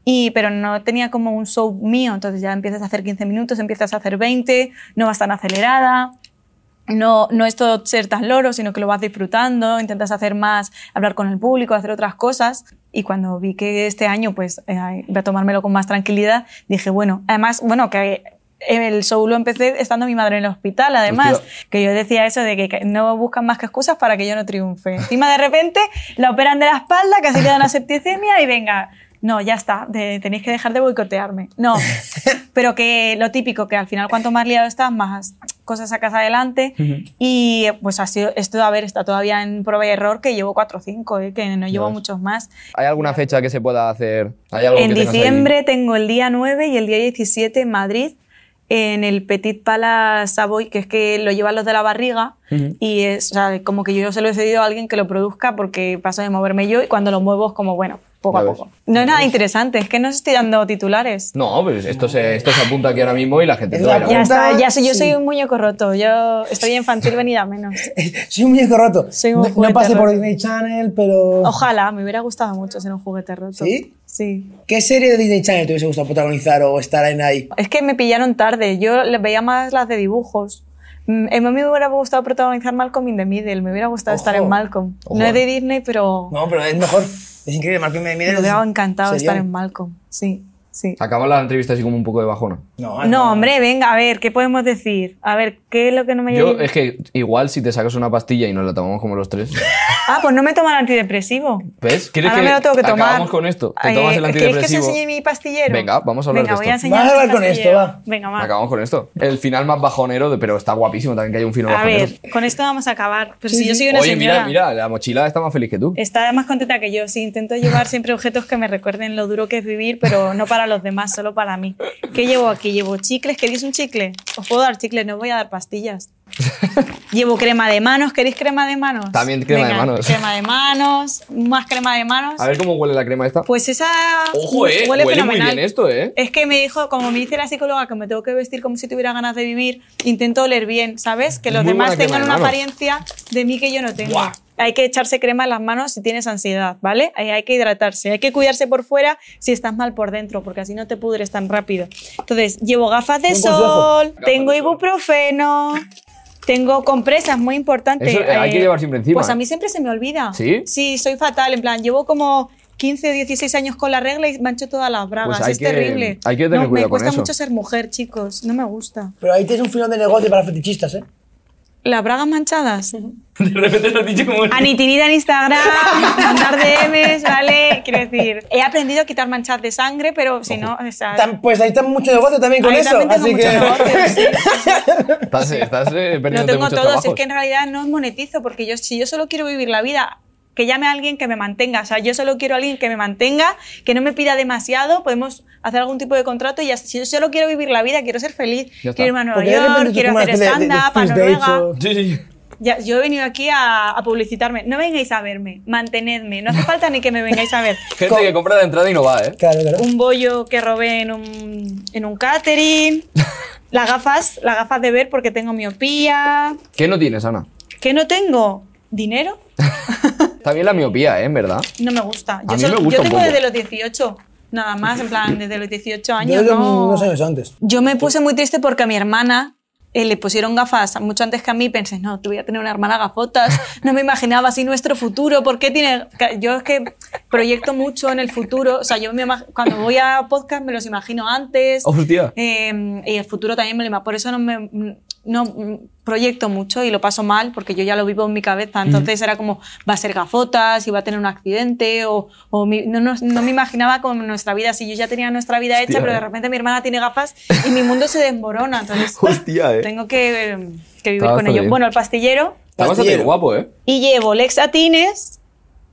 [SPEAKER 3] y, pero no tenía como un show mío, entonces ya empiezas a hacer 15 minutos, empiezas a hacer 20, no vas tan acelerada. No, no es todo ser tan loro, sino que lo vas disfrutando, intentas hacer más, hablar con el público, hacer otras cosas. Y cuando vi que este año pues eh, iba a tomármelo con más tranquilidad, dije, bueno, además, bueno, que el show lo empecé estando mi madre en el hospital, además,
[SPEAKER 1] Hostia.
[SPEAKER 3] que yo decía eso de que- que no buscan más que excusas para que yo no triunfe. Encima de repente la operan de la espalda, casi le dan una septicemia y venga, no, ya está, de- tenéis que dejar de boicotearme. No, pero que lo típico, que al final cuanto más liado estás, más cosas sacas adelante. Y eh, pues ha sido, esto, a ver, está todavía en prueba y error, que llevo cuatro o cinco, eh, que no llevo
[SPEAKER 1] ves.
[SPEAKER 3] muchos más.
[SPEAKER 1] ¿Hay alguna fecha que se pueda hacer? ¿Hay algo
[SPEAKER 3] En
[SPEAKER 1] que tengas ahí?
[SPEAKER 3] diciembre tengo el día 9 y el día 17 en Madrid, en el Petit Palace Savoy, que es que lo llevan los de la barriga. Y es o sea, como que yo se lo he cedido a alguien que lo produzca porque paso de moverme yo y cuando lo muevo es como, bueno, poco
[SPEAKER 1] Ya
[SPEAKER 3] a
[SPEAKER 1] ves.
[SPEAKER 3] poco. No es nada interesante, es que no os estoy dando titulares.
[SPEAKER 1] No, pues esto se, esto se apunta aquí ahora mismo y la gente
[SPEAKER 2] Es
[SPEAKER 1] te
[SPEAKER 2] la
[SPEAKER 1] baila.
[SPEAKER 3] Ya está,
[SPEAKER 2] Apunta,
[SPEAKER 3] ya soy, yo
[SPEAKER 2] sí.
[SPEAKER 3] soy un muñeco roto, yo estoy infantil venida menos.
[SPEAKER 2] *laughs* Soy un muñeco roto.
[SPEAKER 3] Soy un
[SPEAKER 2] no, no
[SPEAKER 3] juguete
[SPEAKER 2] pasé por
[SPEAKER 3] roto.
[SPEAKER 2] Disney Channel, pero...
[SPEAKER 3] Ojalá, me hubiera gustado mucho ser un juguete roto.
[SPEAKER 2] Oh. ¿Sí?
[SPEAKER 3] Sí.
[SPEAKER 2] ¿Qué serie de Disney Channel te hubiese gustado protagonizar o estar en ahí?
[SPEAKER 3] Es que me pillaron tarde. Yo les veía más las de dibujos. Mm, A mí me hubiera gustado protagonizar Malcolm in the Middle. Me hubiera gustado
[SPEAKER 2] Ojo.
[SPEAKER 3] estar en Malcolm.
[SPEAKER 1] Ojo,
[SPEAKER 3] No es de
[SPEAKER 1] eh.
[SPEAKER 3] Disney, pero
[SPEAKER 2] No, pero es mejor. Es increíble, Marco me
[SPEAKER 3] me
[SPEAKER 2] mira.
[SPEAKER 3] hubiera encantado
[SPEAKER 2] sería
[SPEAKER 3] estar
[SPEAKER 2] un-
[SPEAKER 3] en Malcolm. Sí, sí.
[SPEAKER 1] Acaba la entrevista así como un poco de bajona.
[SPEAKER 2] No,
[SPEAKER 3] No, hombre, venga, a ver, ¿qué podemos decir? A ver, ¿qué es lo que no me haya
[SPEAKER 1] Yo,
[SPEAKER 3] dicho?
[SPEAKER 1] es que igual si te sacas una pastilla y nos la tomamos como los tres.
[SPEAKER 3] Ah, pues no me toman antidepresivo.
[SPEAKER 1] ¿Ves? ¿Quieres
[SPEAKER 3] Ahora
[SPEAKER 1] que
[SPEAKER 3] me lo tengo que tomar.
[SPEAKER 1] acabamos con esto? ¿Te
[SPEAKER 3] Eh,
[SPEAKER 1] tomas el
[SPEAKER 3] ¿Queréis que os
[SPEAKER 1] antidepresivo?
[SPEAKER 3] enseñe mi pastillero?
[SPEAKER 1] Venga, vamos a hablar
[SPEAKER 3] Venga,
[SPEAKER 1] de
[SPEAKER 3] voy a
[SPEAKER 1] esto.
[SPEAKER 3] enseñar
[SPEAKER 2] Vamos a
[SPEAKER 3] mi
[SPEAKER 2] hablar con esto,
[SPEAKER 3] pastillero.
[SPEAKER 2] va.
[SPEAKER 3] Venga, va.
[SPEAKER 1] Acabamos con esto. El final más bajonero, de, pero está guapísimo también que haya un final
[SPEAKER 3] A
[SPEAKER 1] bajonero.
[SPEAKER 3] ver, con esto vamos a acabar. Pero si yo soy una
[SPEAKER 1] Oye,
[SPEAKER 3] señora...
[SPEAKER 1] mira, mira, la mochila está más feliz que tú.
[SPEAKER 3] Está más contenta que yo. Sí, intento llevar siempre objetos que me recuerden lo duro que es vivir, pero no para para los demás, solo para mí. ¿Qué llevo aquí? ¿Llevo chicles? ¿Queréis un chicle? Os puedo dar chicles, no os voy a
[SPEAKER 1] *laughs*
[SPEAKER 3] dar pastillas. llevo crema de manos, ¿queréis crema de manos?
[SPEAKER 1] También crema de manos.
[SPEAKER 3] Crema de manos, más crema de manos.
[SPEAKER 1] A ver cómo huele la crema esta.
[SPEAKER 3] Pues esa
[SPEAKER 1] Ojo, eh, huele, muy bien esto, eh.
[SPEAKER 3] Es que me dijo, como me dice la psicóloga, que me tengo que vestir como si tuviera ganas de vivir, intento oler bien, ¿sabes? Que los
[SPEAKER 1] Muy
[SPEAKER 3] demás
[SPEAKER 1] buena crema
[SPEAKER 3] tengan
[SPEAKER 1] de
[SPEAKER 3] una
[SPEAKER 1] manos.
[SPEAKER 3] apariencia de mí que yo no tengo.
[SPEAKER 1] Buah.
[SPEAKER 3] Hay que echarse crema en las manos si tienes ansiedad, ¿vale? Hay, hay que hidratarse, hay que cuidarse por fuera si estás mal por dentro, porque así no te pudres tan rápido. Entonces, llevo gafas de
[SPEAKER 2] Buen consejo.
[SPEAKER 3] sol, tengo ibuprofeno, tengo compresas, muy importante.
[SPEAKER 1] Eso, eh, hay que llevar siempre encima,
[SPEAKER 3] Pues a
[SPEAKER 1] ¿eh?
[SPEAKER 3] mí siempre se me olvida.
[SPEAKER 1] ¿Sí?
[SPEAKER 3] Sí, soy fatal, en plan, llevo como 15 o 16 años con la regla y mancho todas las bragas,
[SPEAKER 1] Pues hay
[SPEAKER 3] es
[SPEAKER 1] que-
[SPEAKER 3] terrible.
[SPEAKER 1] hay que tener
[SPEAKER 3] No,
[SPEAKER 1] cuidado
[SPEAKER 3] Me cuesta
[SPEAKER 1] con eso.
[SPEAKER 3] mucho ser mujer, chicos, no me gusta.
[SPEAKER 2] Pero ahí tienes un filón de negocio para fetichistas, ¿eh?
[SPEAKER 3] ¿Las bragas
[SPEAKER 1] *laughs*
[SPEAKER 3] manchadas?
[SPEAKER 1] De repente lo has dicho como.
[SPEAKER 3] Anitinita
[SPEAKER 1] *laughs*
[SPEAKER 3] en Instagram, mandar DMs, ¿vale? Quiero decir, he aprendido a quitar manchas de sangre, pero si no, o sea,
[SPEAKER 2] Tan- pues ahí está mucho negocio también con
[SPEAKER 3] Ahí
[SPEAKER 2] eso.
[SPEAKER 3] también tengo
[SPEAKER 2] así
[SPEAKER 3] mucho
[SPEAKER 2] que...
[SPEAKER 3] negocio, sí.
[SPEAKER 1] Estás, estás eh,
[SPEAKER 3] lo
[SPEAKER 1] perdiéndote
[SPEAKER 3] tengo
[SPEAKER 1] muchos
[SPEAKER 3] todo,
[SPEAKER 1] trabajos.
[SPEAKER 3] si es que en realidad no monetizo, porque yo si yo solo quiero vivir la vida, que llame a alguien que me mantenga, o sea, yo solo quiero a alguien que me mantenga, que no me pida demasiado, podemos hacer algún tipo de contrato y ya, si yo solo quiero vivir la vida, quiero ser feliz,
[SPEAKER 1] Ya está.
[SPEAKER 3] quiero irme a Nueva
[SPEAKER 2] Porque de repente
[SPEAKER 3] York,
[SPEAKER 2] tú
[SPEAKER 3] quiero
[SPEAKER 2] tomas
[SPEAKER 3] hacer
[SPEAKER 2] de- de- de
[SPEAKER 3] stand-up, a
[SPEAKER 2] first dates
[SPEAKER 3] Noruega.
[SPEAKER 2] o-
[SPEAKER 1] Sí, sí.
[SPEAKER 3] Ya, yo he venido aquí a, a publicitarme. No vengáis a verme, mantenedme. No hace falta ni que me vengáis a ver.
[SPEAKER 1] Gente que compra de entrada y no va, eh.
[SPEAKER 2] *laughs* Claro, claro.
[SPEAKER 3] Un bollo que robé en un, en un catering. Las gafas, las gafas de ver porque tengo miopía.
[SPEAKER 1] ¿Qué no tienes, Ana?
[SPEAKER 3] ¿Qué no tengo? ¿Dinero? *laughs*
[SPEAKER 1] También la miopía, ¿eh? En verdad.
[SPEAKER 3] No me gusta.
[SPEAKER 1] A
[SPEAKER 3] Yo,
[SPEAKER 1] mí me gusta
[SPEAKER 3] yo
[SPEAKER 1] un
[SPEAKER 3] tengo
[SPEAKER 1] poco.
[SPEAKER 3] desde los 18, nada más, en plan, desde los 18
[SPEAKER 2] Yo
[SPEAKER 3] años.
[SPEAKER 2] desde
[SPEAKER 3] no.
[SPEAKER 2] unos años antes.
[SPEAKER 3] Yo me puse muy triste porque a mi hermana eh, le pusieron gafas mucho antes que a mí. Pensé, no, tú voy a tener una hermana gafotas. No me imaginaba así nuestro futuro. ¿Por qué tiene.? Ca- Yo es que proyecto mucho en el futuro. O sea, yo me imag- cuando voy a podcast me los imagino antes.
[SPEAKER 1] Hostia.
[SPEAKER 3] Eh, y el futuro también me lo ima- Por eso no me no mm, proyecto mucho y lo paso mal porque yo ya lo vivo en mi cabeza. Entonces era como, va a ser gafotas y va a tener un accidente o, o mi- no, nos- no me imaginaba con nuestra vida. Si yo ya tenía nuestra vida hecha,
[SPEAKER 1] Hostia,
[SPEAKER 3] pero de
[SPEAKER 1] eh.
[SPEAKER 3] repente mi hermana tiene gafas y mi mundo se
[SPEAKER 1] *laughs*
[SPEAKER 3] desmorona. Entonces
[SPEAKER 1] *laughs* Hostia,
[SPEAKER 3] tengo que, eh, que vivir
[SPEAKER 1] Está
[SPEAKER 3] con ello.
[SPEAKER 1] bien.
[SPEAKER 3] Bueno, el pastillero.
[SPEAKER 1] Está bastante
[SPEAKER 2] Pastillero.
[SPEAKER 1] guapo, eh.
[SPEAKER 3] Y llevo lexatines,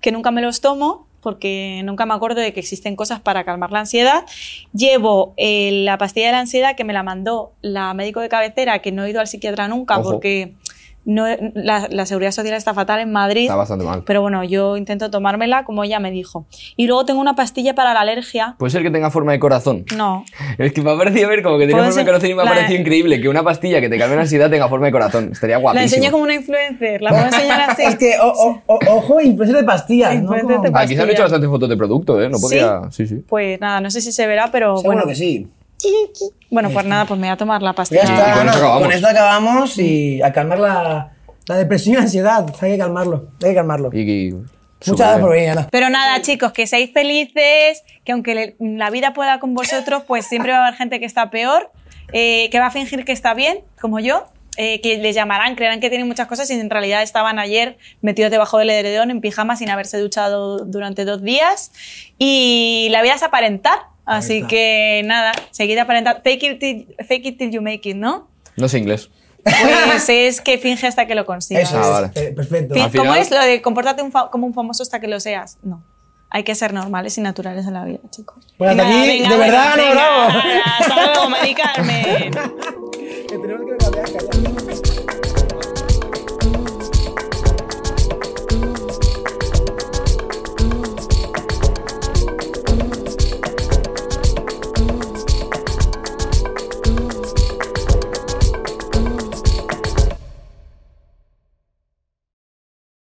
[SPEAKER 3] que nunca me los tomo porque nunca me acuerdo de que existen cosas para calmar la ansiedad. Llevo eh, la pastilla de la ansiedad que me la mandó la médico de cabecera, que no he ido al psiquiatra nunca
[SPEAKER 1] Ojo.
[SPEAKER 3] porque no, la, la seguridad social está fatal en Madrid.
[SPEAKER 1] Está bastante mal.
[SPEAKER 3] Pero bueno, yo intento tomármela como ella me dijo. Y luego tengo una pastilla para la alergia.
[SPEAKER 1] Puede ser que tenga forma de corazón.
[SPEAKER 3] No,
[SPEAKER 1] Es que me ha parecido, a ver, como que tenía
[SPEAKER 3] Puede
[SPEAKER 1] forma de
[SPEAKER 3] ser
[SPEAKER 1] corazón y me ha
[SPEAKER 3] la-
[SPEAKER 1] parecido increíble que una pastilla que te calme la ansiedad tenga forma de corazón. Estaría
[SPEAKER 3] la
[SPEAKER 1] guapísimo.
[SPEAKER 3] enseñé como una influencer, la puedo enseñar
[SPEAKER 1] *laughs*
[SPEAKER 3] así.
[SPEAKER 2] Es que, o- o- o- ojo, influencer de pastillas, ¿no?
[SPEAKER 3] Influencer
[SPEAKER 2] Como-
[SPEAKER 3] de
[SPEAKER 1] Aquí se han
[SPEAKER 3] pastilla.
[SPEAKER 1] hecho bastantes fotos de producto, ¿eh? No podía... Sí, sí.
[SPEAKER 3] Pues nada, no sé si se verá, pero
[SPEAKER 2] Seguro
[SPEAKER 3] bueno.
[SPEAKER 2] que sí.
[SPEAKER 3] Bueno, pues nada, pues me voy a tomar la
[SPEAKER 2] Ya
[SPEAKER 3] pastilla.
[SPEAKER 2] está,
[SPEAKER 1] con
[SPEAKER 2] Ana,
[SPEAKER 1] eso acabamos.
[SPEAKER 2] con esto acabamos y a calmar la, la depresión y la ansiedad. Hay que calmarlo, hay que calmarlo.
[SPEAKER 1] Y, y-
[SPEAKER 2] Muchas gracias por venir, Ana.
[SPEAKER 3] Pero nada, chicos, que seáis felices, que aunque le- la vida pueda con vosotros, pues siempre va a haber gente que está peor, eh, que va a fingir que está bien, como yo, eh, que les llamarán, creerán que tienen muchas cosas y en realidad estaban ayer metidos debajo del edredón en pijama sin haberse duchado durante dos días. Y la vida es aparentar, así
[SPEAKER 2] está.
[SPEAKER 3] que nada, seguid aparentando. Fake it, till, fake it till you make it, ¿no?
[SPEAKER 2] *laughs*
[SPEAKER 1] No sé inglés.
[SPEAKER 3] Pues es que finge hasta que lo consigas.
[SPEAKER 2] Eso
[SPEAKER 1] Ah,
[SPEAKER 2] es,
[SPEAKER 1] vale. Ah.
[SPEAKER 2] eh, perfecto.
[SPEAKER 3] Fi-
[SPEAKER 1] Al
[SPEAKER 3] ¿Cómo
[SPEAKER 1] final-
[SPEAKER 3] es lo de comportarte un fa- como un famoso hasta que lo seas? No. Hay que ser normales y naturales en la vida, chicos.
[SPEAKER 2] Bueno, hasta
[SPEAKER 3] Venga,
[SPEAKER 2] aquí, de verdad, no, bravo. *laughs*
[SPEAKER 3] venga, Hasta luego, Mari Carmen.